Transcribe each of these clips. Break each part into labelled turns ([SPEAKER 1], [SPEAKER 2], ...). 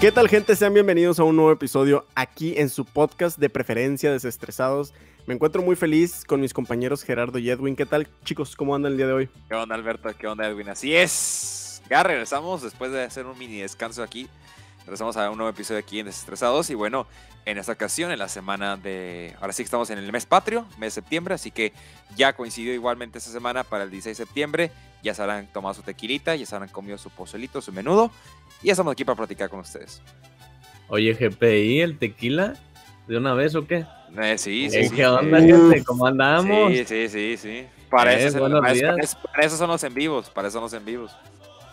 [SPEAKER 1] ¿Qué tal gente? Sean bienvenidos a un nuevo episodio aquí en su podcast de preferencia desestresados. Me encuentro muy feliz con mis compañeros Gerardo y Edwin. ¿Qué tal chicos? ¿Cómo andan el día de hoy?
[SPEAKER 2] ¿Qué onda Alberto? ¿Qué onda Edwin? Así es. Ya regresamos después de hacer un mini descanso aquí. Regresamos a un nuevo episodio aquí en Desestresados y bueno, en esta ocasión, en la semana de... Ahora sí que estamos en el mes patrio, mes de septiembre, así que ya coincidió igualmente esta semana para el 16 de septiembre. Ya se habrán tomado su tequilita, ya se habrán comido su pozolito, su menudo y ya estamos aquí para platicar con ustedes.
[SPEAKER 3] Oye, GPI, el tequila, ¿de una vez o qué?
[SPEAKER 2] Eh, sí, sí,
[SPEAKER 3] Eh,
[SPEAKER 2] sí.
[SPEAKER 3] ¿Qué onda,
[SPEAKER 1] Uf.
[SPEAKER 3] gente? ¿Cómo andamos?
[SPEAKER 2] Sí, sí, sí, sí. Para,
[SPEAKER 3] Eh,
[SPEAKER 2] eso, se-
[SPEAKER 3] buenos
[SPEAKER 2] para eso-
[SPEAKER 3] días.
[SPEAKER 2] para eso- para eso son los en vivos, para eso son los en vivos.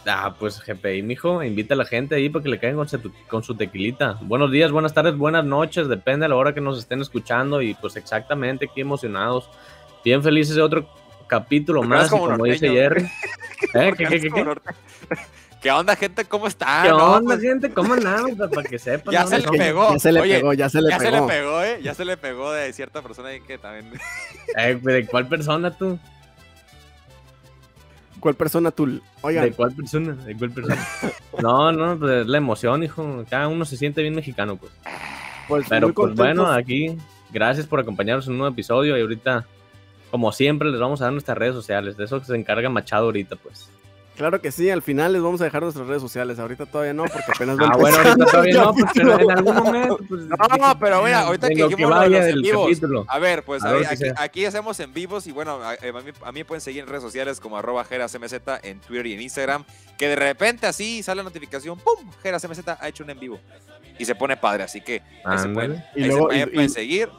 [SPEAKER 3] Ah, pues GPI, mijo, invita a la gente ahí para que le caigan con su, con su tequilita. Buenos días, buenas tardes, buenas noches, depende de la hora que nos estén escuchando y pues exactamente aquí emocionados. Bien felices de otro capítulo
[SPEAKER 2] ¿Por qué
[SPEAKER 3] más,
[SPEAKER 2] hablas
[SPEAKER 3] y
[SPEAKER 2] como
[SPEAKER 3] como dice
[SPEAKER 2] norteño?
[SPEAKER 3] Jerry. ¿Eh?
[SPEAKER 2] Porque
[SPEAKER 3] ¿Qué,
[SPEAKER 2] andas
[SPEAKER 3] qué, qué,
[SPEAKER 2] como
[SPEAKER 3] qué?
[SPEAKER 2] norte- ¿Qué onda, gente? ¿Cómo está?
[SPEAKER 3] ¿Qué
[SPEAKER 2] No,
[SPEAKER 3] onda,
[SPEAKER 2] pues,
[SPEAKER 3] gente? ¿Cómo andamos? Para que sepan.
[SPEAKER 2] Ya
[SPEAKER 3] dónde
[SPEAKER 2] se le
[SPEAKER 3] somos.
[SPEAKER 2] pegó.
[SPEAKER 1] Ya se le
[SPEAKER 2] Oh, Oye,
[SPEAKER 1] pegó, ya se le
[SPEAKER 2] ya
[SPEAKER 1] pegó.
[SPEAKER 2] se le pegó, ¿eh? Ya se le pegó de cierta persona ahí que también.
[SPEAKER 3] Eh, güey, ¿De cuál persona tú?
[SPEAKER 1] ¿Cuál persona tú?
[SPEAKER 3] ¿De
[SPEAKER 1] Oigan,
[SPEAKER 3] cuál persona? ¿De cuál persona? No, no, pues es la emoción, hijo. Cada uno se siente bien mexicano, pues.
[SPEAKER 1] pues,
[SPEAKER 3] Pero
[SPEAKER 1] muy
[SPEAKER 3] pues
[SPEAKER 1] contentos.
[SPEAKER 3] bueno, aquí gracias por acompañarnos en un nuevo episodio y ahorita, como siempre, les vamos a dar nuestras redes sociales, de eso que se encarga Machado ahorita, pues.
[SPEAKER 1] Claro que sí, al final les vamos a dejar nuestras redes sociales. Ahorita todavía no, porque apenas va
[SPEAKER 3] Ah, bueno, ahorita
[SPEAKER 1] empezando
[SPEAKER 3] todavía
[SPEAKER 1] el capítulo.
[SPEAKER 3] no, pues, pero en algún momento, pues, "Ah,
[SPEAKER 2] No, pero mira, ahorita
[SPEAKER 3] en
[SPEAKER 2] que
[SPEAKER 3] lo que
[SPEAKER 2] dijimos lo de
[SPEAKER 3] vaya
[SPEAKER 2] los en
[SPEAKER 3] del
[SPEAKER 2] vivos.
[SPEAKER 3] capítulo.
[SPEAKER 2] A ver, pues
[SPEAKER 3] A
[SPEAKER 2] a
[SPEAKER 3] ver
[SPEAKER 2] ver,
[SPEAKER 3] qué
[SPEAKER 2] aquí,
[SPEAKER 3] sea.
[SPEAKER 2] aquí hacemos en vivos y bueno, a, eh, a mí, a mí pueden seguir en redes sociales como arroba GeraCMZ en Twitter y en Instagram, que de repente así sale la notificación, ¡pum! GeraCMZ ha hecho un en vivo. Y se pone padre, así que ahí se
[SPEAKER 3] Ándale.
[SPEAKER 2] pueden,
[SPEAKER 1] Y
[SPEAKER 2] ahí se
[SPEAKER 1] luego- y-
[SPEAKER 2] pueden- pueden
[SPEAKER 1] y-
[SPEAKER 2] seguir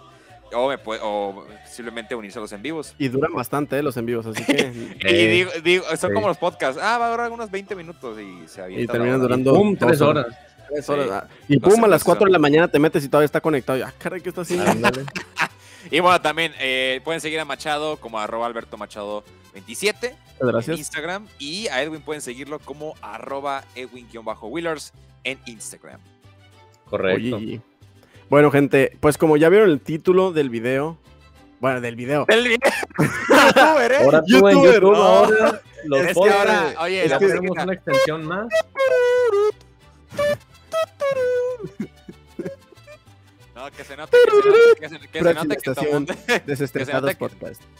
[SPEAKER 2] o, me puede- o simplemente unirse a los en vivos.
[SPEAKER 1] Y duran bastante eh, los envíos, así que
[SPEAKER 2] Y
[SPEAKER 3] Eh,
[SPEAKER 2] digo, digo, son
[SPEAKER 3] sí.
[SPEAKER 2] como los podcasts. Ah, va a durar unos 20 minutos y se avienta.
[SPEAKER 1] Y
[SPEAKER 2] la
[SPEAKER 1] terminan
[SPEAKER 2] hora.
[SPEAKER 1] durando
[SPEAKER 3] ¡Pum!
[SPEAKER 1] dos
[SPEAKER 3] Tres horas.
[SPEAKER 1] tres
[SPEAKER 2] Sí.
[SPEAKER 1] horas, ah. Y
[SPEAKER 2] No
[SPEAKER 1] pum,
[SPEAKER 2] sé,
[SPEAKER 1] a las
[SPEAKER 2] pues,
[SPEAKER 1] 4
[SPEAKER 2] son-
[SPEAKER 1] de la mañana te metes y todavía está conectado. Y, ah, caray, ¿qué está haciendo?
[SPEAKER 3] Eh, Ándale.
[SPEAKER 2] Y bueno, también eh, pueden seguir a Machado como arroba Alberto Machado 27 en
[SPEAKER 1] Gracias.
[SPEAKER 2] Instagram y a Edwin pueden seguirlo como arroba Edwin-Willers en Instagram.
[SPEAKER 3] Correcto.
[SPEAKER 1] Oye, Bueno, gente, pues como ya vieron el título del video, bueno, del video.
[SPEAKER 2] El video. Youtuber, ¿eh?
[SPEAKER 3] Ahora tú en
[SPEAKER 1] YouTuber,
[SPEAKER 3] YouTube,
[SPEAKER 1] no.
[SPEAKER 3] ahora los
[SPEAKER 2] Es que
[SPEAKER 3] podcasts,
[SPEAKER 2] ahora, oye,
[SPEAKER 3] le
[SPEAKER 2] la
[SPEAKER 1] que-
[SPEAKER 3] ponemos
[SPEAKER 2] musiquita.
[SPEAKER 3] una extensión más.
[SPEAKER 2] No, que se note, que se note, que se, que se note que todo
[SPEAKER 1] Prefinanciación.
[SPEAKER 2] mundo-
[SPEAKER 1] Desestresados
[SPEAKER 2] que-
[SPEAKER 1] podcast.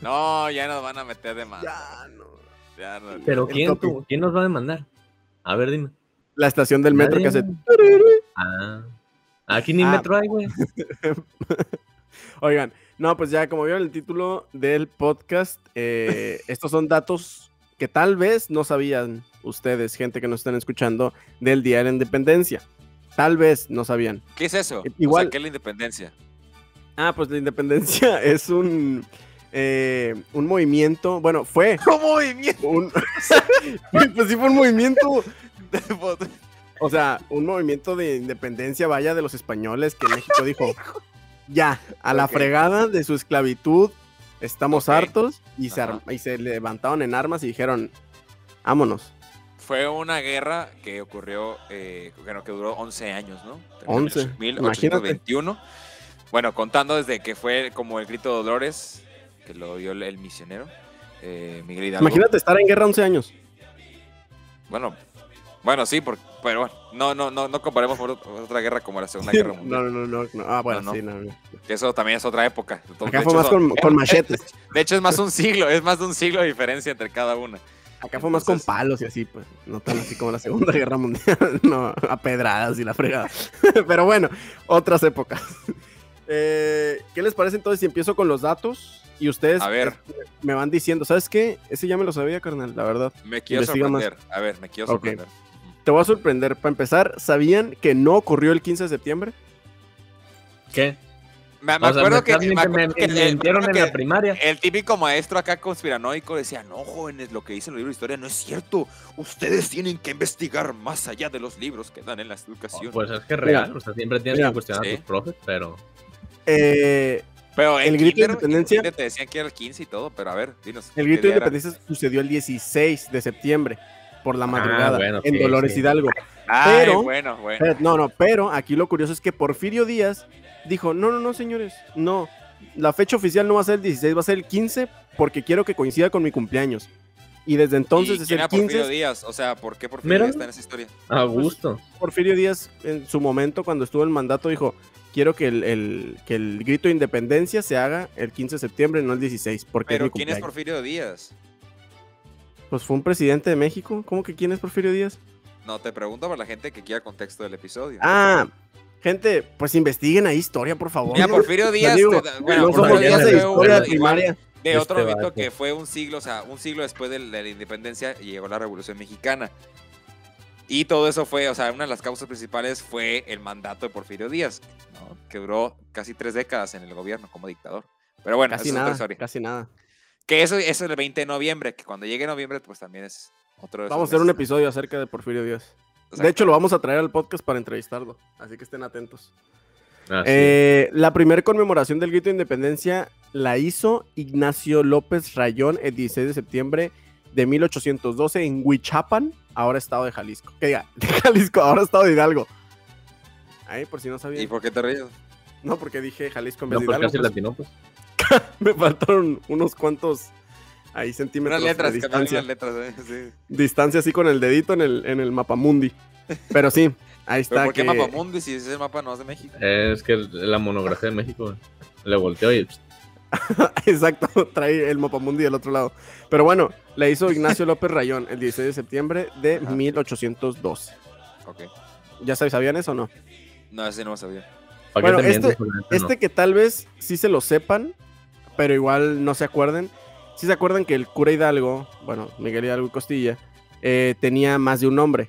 [SPEAKER 2] No, ya nos van a meter de más.
[SPEAKER 1] Ya, no.
[SPEAKER 2] Ya no-
[SPEAKER 3] Pero
[SPEAKER 1] El
[SPEAKER 3] ¿quién,
[SPEAKER 1] topic.
[SPEAKER 3] tú- ¿quién nos va a demandar? A ver, dime.
[SPEAKER 1] La estación del metro que hace.
[SPEAKER 3] Nadie. Ah. Aquí ni
[SPEAKER 1] Ah.
[SPEAKER 3] metro hay, güey.
[SPEAKER 1] Oigan, no, pues ya como vieron el título del podcast, eh, estos son datos que tal vez no sabían ustedes, gente que nos están escuchando, del Día de la Independencia. Tal vez no sabían.
[SPEAKER 2] ¿Qué es eso? Igual. O
[SPEAKER 1] Igual-
[SPEAKER 2] sea, ¿qué es la independencia?
[SPEAKER 1] Ah, pues la independencia es un, eh, un movimiento, bueno, fue
[SPEAKER 2] ¿Cómo y mierda?
[SPEAKER 1] un... pues sí fue un movimiento, o sea, un movimiento de independencia, vaya, de los españoles, que México dijo, ya, a la
[SPEAKER 2] Ok.
[SPEAKER 1] fregada de su esclavitud, estamos
[SPEAKER 2] Ok.
[SPEAKER 1] hartos, y se, ar-
[SPEAKER 2] Ajá.
[SPEAKER 1] y se levantaron en armas y dijeron, vámonos,
[SPEAKER 2] Fue una guerra que ocurrió, eh, bueno, que duró 11 años, ¿no?
[SPEAKER 1] 11,
[SPEAKER 2] 1821. Bueno, contando desde que fue como el grito de Dolores, que lo dio el, el misionero, eh, Miguel Hidalgo.
[SPEAKER 1] imagínate estar en guerra 11 años.
[SPEAKER 2] Bueno, bueno, sí, por- pero bueno, no, no, no, no comparemos por ot- otra guerra como la Segunda Guerra
[SPEAKER 1] No,
[SPEAKER 2] Mundial.
[SPEAKER 1] no, no, no, no, ah, bueno,
[SPEAKER 2] No, no.
[SPEAKER 1] sí, no, no.
[SPEAKER 2] Que eso también es otra época. Entonces,
[SPEAKER 1] Acá
[SPEAKER 2] de
[SPEAKER 1] fue
[SPEAKER 2] hecho,
[SPEAKER 1] más
[SPEAKER 2] son-
[SPEAKER 1] con, con machetes,
[SPEAKER 2] De hecho, es más un siglo, es más de un siglo de diferencia entre cada una.
[SPEAKER 1] acá fue más con
[SPEAKER 2] entonces-
[SPEAKER 1] palos y así, pues, no tan así como la Segunda Guerra Mundial, no, a pedradas y la fregada. Pero bueno, otras épocas. Eh, ¿Qué les parece entonces si empiezo con los datos? Y ustedes
[SPEAKER 2] A ver,
[SPEAKER 1] me van diciendo, ¿sabes qué? Ese ya me lo sabía, carnal, la verdad.
[SPEAKER 2] me quiero
[SPEAKER 1] investiga más.
[SPEAKER 2] sorprender. A ver, me quiero
[SPEAKER 1] Ok.
[SPEAKER 2] sorprender.
[SPEAKER 1] Te voy a sorprender. Para empezar, ¿sabían que no ocurrió el 15 de septiembre?
[SPEAKER 3] ¿Qué?
[SPEAKER 2] Me, me
[SPEAKER 3] O sea,
[SPEAKER 2] acuerdo que,
[SPEAKER 3] estás
[SPEAKER 2] me
[SPEAKER 3] mintiendo-
[SPEAKER 2] acuerdo que-
[SPEAKER 3] me
[SPEAKER 2] me
[SPEAKER 3] mintieron
[SPEAKER 2] acuerdo
[SPEAKER 3] en la
[SPEAKER 2] que
[SPEAKER 3] primaria.
[SPEAKER 2] el típico maestro acá conspiranoico decía, no, jóvenes, lo que dice el libro de historia no es cierto. Ustedes tienen que investigar más allá de los libros que dan en la educación.
[SPEAKER 3] Pues es que es
[SPEAKER 1] Mira,
[SPEAKER 3] real, o sea, siempre tienes
[SPEAKER 1] mira,
[SPEAKER 3] que cuestionar
[SPEAKER 2] sí.
[SPEAKER 3] a tus profes, pero
[SPEAKER 1] Eh,
[SPEAKER 2] pero en
[SPEAKER 1] el grito de
[SPEAKER 2] kinder- en
[SPEAKER 1] independencia-
[SPEAKER 2] kinder Te decían que era el 15 y todo, pero a ver, dinos.
[SPEAKER 1] el
[SPEAKER 2] ¿qué
[SPEAKER 1] grito de
[SPEAKER 2] día era?
[SPEAKER 1] independencia sucedió el 16 de septiembre, por
[SPEAKER 2] Ah,
[SPEAKER 1] la madrugada,
[SPEAKER 3] bueno,
[SPEAKER 1] en
[SPEAKER 3] sí,
[SPEAKER 1] Dolores
[SPEAKER 3] sí.
[SPEAKER 1] Hidalgo.
[SPEAKER 2] Ay,
[SPEAKER 1] Pero-
[SPEAKER 2] bueno, bueno.
[SPEAKER 1] Pero- no, no, pero aquí lo curioso es que Porfirio Díaz dijo, no, no, no, señores, no. La fecha oficial no va a ser el 16, va a ser el 15 porque quiero que coincida con mi cumpleaños. Y desde entonces,
[SPEAKER 2] ¿Y
[SPEAKER 1] desde el
[SPEAKER 2] quién era Porfirio
[SPEAKER 1] 15,
[SPEAKER 2] Díaz? O sea, ¿por qué Porfirio
[SPEAKER 3] Mira.
[SPEAKER 2] Díaz está en esa historia?
[SPEAKER 1] Ah,
[SPEAKER 3] A gusto.
[SPEAKER 1] Porfirio Díaz, en su momento, cuando estuvo en mandato, dijo: Quiero que el, el- que el grito de independencia se haga el 15 de septiembre, no el 16, porque es mi
[SPEAKER 2] Pero ¿quién es
[SPEAKER 1] cumpleaños".
[SPEAKER 2] Porfirio Díaz?
[SPEAKER 1] Pues fue un presidente de México. ¿Cómo que quién es Porfirio Díaz?
[SPEAKER 2] No, te pregunto para la gente que quiera contexto del episodio.
[SPEAKER 1] Ah, gente, pues investiguen ahí historia, por favor.
[SPEAKER 2] Mira, Porfirio Díaz.
[SPEAKER 1] digo,
[SPEAKER 2] te da- bueno,
[SPEAKER 1] no
[SPEAKER 3] por
[SPEAKER 1] somos
[SPEAKER 2] Porfirio
[SPEAKER 3] favor,
[SPEAKER 1] días de
[SPEAKER 2] Díaz fue
[SPEAKER 3] luego,
[SPEAKER 1] historia
[SPEAKER 2] uno
[SPEAKER 1] de
[SPEAKER 3] bueno,
[SPEAKER 2] igual
[SPEAKER 1] primaria.
[SPEAKER 2] de
[SPEAKER 3] Este
[SPEAKER 2] otro evento
[SPEAKER 3] vato.
[SPEAKER 2] que fue un siglo, o sea, un siglo después del- de la independencia y llegó la Revolución Mexicana. Y todo eso fue, o sea, una de las causas principales fue el mandato de Porfirio Díaz, ¿no? que duró casi tres décadas en el gobierno como dictador. Pero bueno,
[SPEAKER 1] Casi
[SPEAKER 2] esa es otra
[SPEAKER 1] nada,
[SPEAKER 2] historia.
[SPEAKER 1] casi nada.
[SPEAKER 2] Que eso, eso es el 20 de noviembre, que cuando llegue noviembre, pues también es otro de esos
[SPEAKER 1] Vamos a hacer un
[SPEAKER 2] meses.
[SPEAKER 1] episodio acerca de Porfirio Díaz. De
[SPEAKER 2] Exacto.
[SPEAKER 1] hecho, lo vamos a traer al podcast para entrevistarlo, así que estén atentos.
[SPEAKER 3] Ah, sí.
[SPEAKER 1] Eh, la primera conmemoración del grito de independencia la hizo Ignacio López Rayón el 16 de septiembre de 1812 en Huichapan, ahora estado de Jalisco. Que diga, de Jalisco, ahora estado de Hidalgo. Ahí, por si no sabía.
[SPEAKER 2] ¿Y por qué te ríes?
[SPEAKER 1] No, porque dije Jalisco en vez
[SPEAKER 3] No,
[SPEAKER 1] de
[SPEAKER 3] pues
[SPEAKER 1] Hidalgo,
[SPEAKER 3] casi
[SPEAKER 1] pues,
[SPEAKER 3] latino, pues.
[SPEAKER 1] me faltaron unos cuantos ahí centímetros
[SPEAKER 2] Unas letras,
[SPEAKER 1] de
[SPEAKER 2] cambiaron
[SPEAKER 1] distancia.
[SPEAKER 2] unas letras. ¿eh? Sí.
[SPEAKER 1] Distancia así con el dedito en el, en el mapamundi. Pero sí, ahí
[SPEAKER 2] ¿Pero
[SPEAKER 1] está.
[SPEAKER 2] por qué
[SPEAKER 1] que-
[SPEAKER 2] mapa mundi si ese mapa no es de México?
[SPEAKER 3] Es que es la monografía de México, güey. Le volteó y pues, pst,
[SPEAKER 1] Exacto, trae el mapamundi del otro lado. Pero bueno, la hizo Ignacio López Rayón el 16 de septiembre de
[SPEAKER 2] Ajá.
[SPEAKER 1] 1812.
[SPEAKER 2] Ok.
[SPEAKER 1] ¿Ya sabes, sabían eso o no?
[SPEAKER 2] No, ese no lo sabía.
[SPEAKER 3] ¿pa' qué
[SPEAKER 1] Bueno,
[SPEAKER 3] te
[SPEAKER 1] este-
[SPEAKER 3] mientes? Pues, la neta, no.
[SPEAKER 1] Este que tal vez sí se lo sepan, pero igual no se acuerden. Sí se acuerdan que el cura Hidalgo, bueno, Miguel Hidalgo y Costilla, eh, tenía más de un nombre.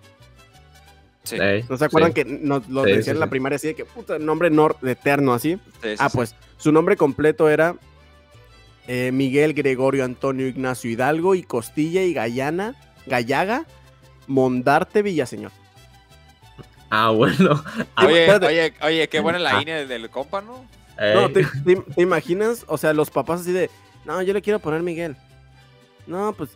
[SPEAKER 2] Sí.
[SPEAKER 3] Ey,
[SPEAKER 1] ¿No se acuerdan
[SPEAKER 3] sí.
[SPEAKER 1] que nos lo
[SPEAKER 3] Sí,
[SPEAKER 1] decían
[SPEAKER 3] sí,
[SPEAKER 1] en la
[SPEAKER 3] sí.
[SPEAKER 1] primaria así de que puta, nombre nor eterno así?
[SPEAKER 2] Sí, sí,
[SPEAKER 1] Ah,
[SPEAKER 2] sí.
[SPEAKER 1] pues su nombre completo era eh, Miguel Gregorio Antonio Ignacio Hidalgo y Costilla y Gallana, Gallaga Mondarte Villaseñor.
[SPEAKER 3] Ah, bueno. Ah,
[SPEAKER 2] Oye,
[SPEAKER 1] espérate.
[SPEAKER 2] oye, oye, qué buena la
[SPEAKER 3] Ah.
[SPEAKER 2] línea del compa, ¿no? Pues
[SPEAKER 3] ey.
[SPEAKER 1] No, ¿te, te- te imaginas? O sea, los papás así de, no, yo le quiero poner Miguel. No, pues,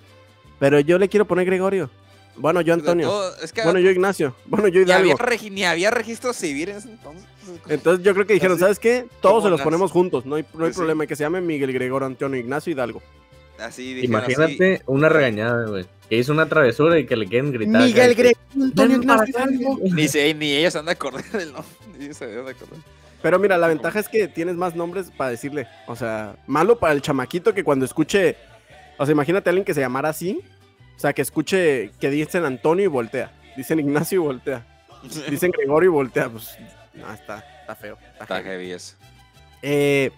[SPEAKER 1] pero yo le quiero poner Gregorio. Bueno, yo Antonio.
[SPEAKER 2] Pues, Todo- es que
[SPEAKER 1] Bueno, yo Ignacio. Bueno, yo
[SPEAKER 2] ni,
[SPEAKER 1] Hidalgo.
[SPEAKER 2] había regi- ni había registro civil en ese entonces.
[SPEAKER 1] Entonces yo creo que dijeron,
[SPEAKER 2] Así-
[SPEAKER 1] ¿sabes qué? Todos se los
[SPEAKER 2] buenas.
[SPEAKER 1] ponemos juntos, no hay, no hay
[SPEAKER 2] Sí, sí.
[SPEAKER 1] problema, que se llame Miguel Gregorio Antonio Ignacio Hidalgo.
[SPEAKER 2] Así dijeron, así,
[SPEAKER 3] Imagínate una regañada, güey. Que hizo una travesura y que le quieren gritar. acá, que-
[SPEAKER 1] Antonio
[SPEAKER 3] "Ven para acá, güey".
[SPEAKER 2] Ni, se- ni ellos han de acordar del nombre. Ni ellos se habían de acordar.
[SPEAKER 1] Pero mira, la ventaja es que tienes más nombres para decirle. O sea, malo para el chamaquito que cuando escuche. O sea, imagínate a alguien que se llamara así. O sea, que escuche que dicen Antonio y voltea. Dicen Ignacio y voltea. Dicen Gregorio y voltea. Pues, no, está, está feo. está
[SPEAKER 2] Está
[SPEAKER 1] heavy.
[SPEAKER 2] heavy eso.
[SPEAKER 1] Eh,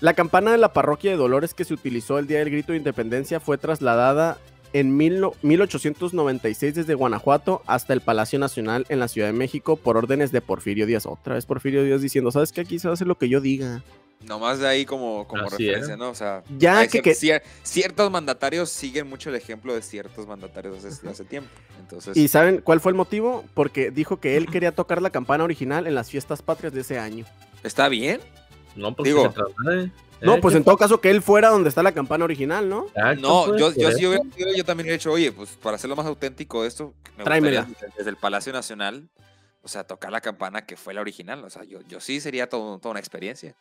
[SPEAKER 1] la campana de la parroquia de Dolores que se utilizó el día del grito de independencia fue trasladada en mil no- 1896 desde Guanajuato hasta el Palacio Nacional en la Ciudad de México por órdenes de Porfirio Díaz. Otra vez Porfirio Díaz diciendo, ¿sabes qué? Aquí se va a hacer lo que yo diga.
[SPEAKER 2] Nomás de ahí como, como
[SPEAKER 3] Así
[SPEAKER 2] referencia,
[SPEAKER 3] era.
[SPEAKER 2] ¿no? O sea,
[SPEAKER 1] Ya
[SPEAKER 2] hay
[SPEAKER 1] que,
[SPEAKER 2] cier-
[SPEAKER 1] que-
[SPEAKER 2] cier- ciertos mandatarios siguen mucho el ejemplo de ciertos mandatarios hace, hace tiempo. Entonces,
[SPEAKER 1] ¿Y saben cuál fue el motivo? Porque dijo que él quería tocar la campana original en las fiestas patrias de ese año.
[SPEAKER 2] ¿está bien?
[SPEAKER 3] No, porque
[SPEAKER 2] Digo-
[SPEAKER 3] se traslade.
[SPEAKER 1] No,
[SPEAKER 3] Eh,
[SPEAKER 1] pues
[SPEAKER 3] que-
[SPEAKER 1] en todo caso que él fuera donde está la campana original, ¿no?
[SPEAKER 3] Exacto,
[SPEAKER 2] No,
[SPEAKER 3] pues,
[SPEAKER 2] yo, yo,
[SPEAKER 3] por
[SPEAKER 2] sí
[SPEAKER 3] eso.
[SPEAKER 2] hubiera sido- yo también he dicho, oye, pues para hacerlo más auténtico esto, me
[SPEAKER 1] Tráemela.
[SPEAKER 2] gustaría desde- desde el Palacio Nacional, o sea, tocar la campana que fue la original, o sea, yo, yo sí sería todo, toda una experiencia.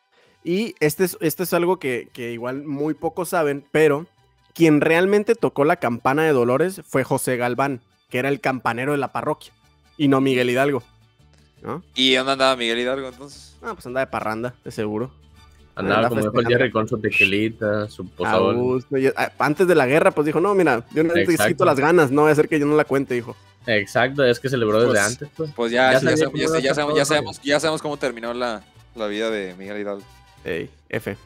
[SPEAKER 1] Y este es, este es algo que, que igual muy pocos saben, pero quien realmente tocó la campana de Dolores fue José Galván, que era el campanero de la parroquia, y no Miguel Hidalgo. ¿No?
[SPEAKER 2] ¿Y dónde andaba Miguel Hidalgo entonces?
[SPEAKER 1] Ah, pues anda de parranda, de seguro.
[SPEAKER 3] Andaba
[SPEAKER 1] Anda
[SPEAKER 3] como dijo el
[SPEAKER 1] festejando.
[SPEAKER 3] Jerry con su tequilita, su
[SPEAKER 1] A
[SPEAKER 3] pozol.
[SPEAKER 1] gusto. Y, ah, antes de la guerra, pues dijo, no, mira, yo no te
[SPEAKER 3] Exacto.
[SPEAKER 1] quito las ganas, no voy a hacer que yo no la cuente, dijo.
[SPEAKER 3] Exacto, es que celebró desde
[SPEAKER 2] Pues-
[SPEAKER 3] antes, pues.
[SPEAKER 2] Pues ya,
[SPEAKER 3] Ya
[SPEAKER 2] sí, ya,
[SPEAKER 3] sabía
[SPEAKER 2] sab-
[SPEAKER 3] cómo
[SPEAKER 2] ya
[SPEAKER 3] iba a
[SPEAKER 2] sa- ya sab-
[SPEAKER 3] estar
[SPEAKER 2] ya
[SPEAKER 3] todo el rollo.
[SPEAKER 2] sabemos, ya sabemos cómo terminó la, la vida de Miguel Hidalgo.
[SPEAKER 1] Ey, F.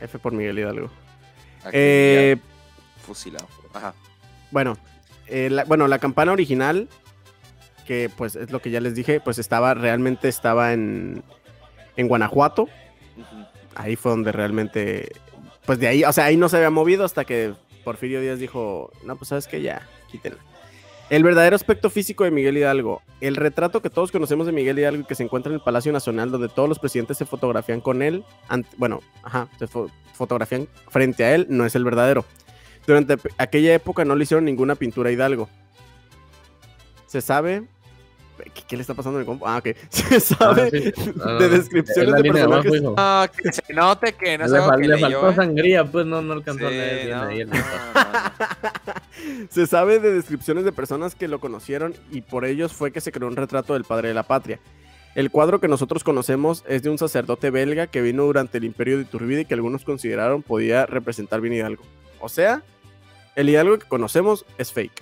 [SPEAKER 1] F por Miguel Hidalgo.
[SPEAKER 2] Aquí,
[SPEAKER 1] Eh,
[SPEAKER 2] ya, fusilado. Ajá.
[SPEAKER 1] Bueno, eh, la, bueno, la campana original, que pues es lo que ya les dije, pues estaba, realmente estaba en, en Guanajuato.
[SPEAKER 2] Ujú.
[SPEAKER 1] Ahí fue donde realmente, pues de ahí, o sea, ahí no se había movido hasta que Porfirio Díaz dijo, no, pues sabes que ya, quítenla. El verdadero aspecto físico de Miguel Hidalgo, el retrato que todos conocemos de Miguel Hidalgo y que se encuentra en el Palacio Nacional, donde todos los presidentes se fotografían con él, ant- bueno, ajá, se fo- fotografían frente a él, no es el verdadero. Durante pe- aquella época no le hicieron ninguna pintura a Hidalgo. Se sabe ¿Qué, qué le está pasando al compa? Ah, ok. Se sabe
[SPEAKER 3] sí. Ah,
[SPEAKER 1] de
[SPEAKER 3] es la
[SPEAKER 1] descripciones de
[SPEAKER 3] línea de abajo,
[SPEAKER 1] personajes.
[SPEAKER 3] hijo.
[SPEAKER 2] No, que se note que no es
[SPEAKER 3] le,
[SPEAKER 2] algo
[SPEAKER 3] fal-
[SPEAKER 2] que
[SPEAKER 3] le
[SPEAKER 2] leyó,
[SPEAKER 3] faltó
[SPEAKER 2] ¿eh?
[SPEAKER 3] sangría, pues no, no alcanzó a
[SPEAKER 2] Sí,
[SPEAKER 3] leer bien
[SPEAKER 2] no,
[SPEAKER 3] ahí el-
[SPEAKER 2] no, no, no.
[SPEAKER 1] Se sabe de descripciones de personas que lo conocieron y por ellos fue que se creó un retrato del padre de la patria. El cuadro que nosotros conocemos es de un sacerdote belga que vino durante el imperio de Iturbide y que algunos consideraron podía representar bien Hidalgo. O sea, el Hidalgo que conocemos es fake.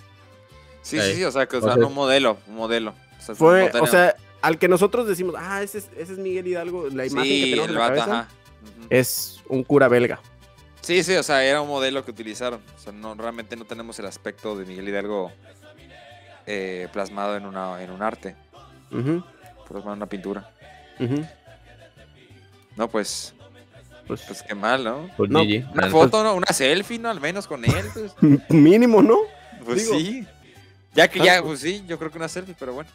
[SPEAKER 2] Sí, sí,
[SPEAKER 3] Ey.
[SPEAKER 2] sí, o sea, que
[SPEAKER 3] O
[SPEAKER 2] usaron
[SPEAKER 3] sea-
[SPEAKER 2] un modelo, un modelo. O sea,
[SPEAKER 1] Fue,
[SPEAKER 2] Pues no
[SPEAKER 1] o
[SPEAKER 2] tenía-
[SPEAKER 1] sea, al que nosotros decimos, ah, ese es, ese es Miguel Hidalgo, la imagen que
[SPEAKER 2] sí,
[SPEAKER 1] tenemos en
[SPEAKER 2] el
[SPEAKER 1] la
[SPEAKER 2] vato,
[SPEAKER 1] cabeza
[SPEAKER 2] ajá. Ujú.
[SPEAKER 1] es un cura belga.
[SPEAKER 2] Sí, sí, o sea, era un modelo que utilizaron. O sea, no, realmente no tenemos el aspecto de Miguel Hidalgo eh, plasmado en, una, en un arte,
[SPEAKER 1] Ujú,
[SPEAKER 2] plasmado en una pintura.
[SPEAKER 1] ujú,
[SPEAKER 2] No, pues,
[SPEAKER 1] pues,
[SPEAKER 2] pues qué mal, ¿no?
[SPEAKER 3] Pues
[SPEAKER 1] No,
[SPEAKER 3] GG.
[SPEAKER 2] Una
[SPEAKER 3] Ah,
[SPEAKER 2] foto, ¿no? Una selfie, ¿no? Al menos con él, pues,
[SPEAKER 1] mínimo, ¿no?
[SPEAKER 2] Pues
[SPEAKER 1] Digo.
[SPEAKER 2] sí. Ya que
[SPEAKER 1] Ah,
[SPEAKER 2] ya, pues sí, yo creo que una selfie, pero bueno.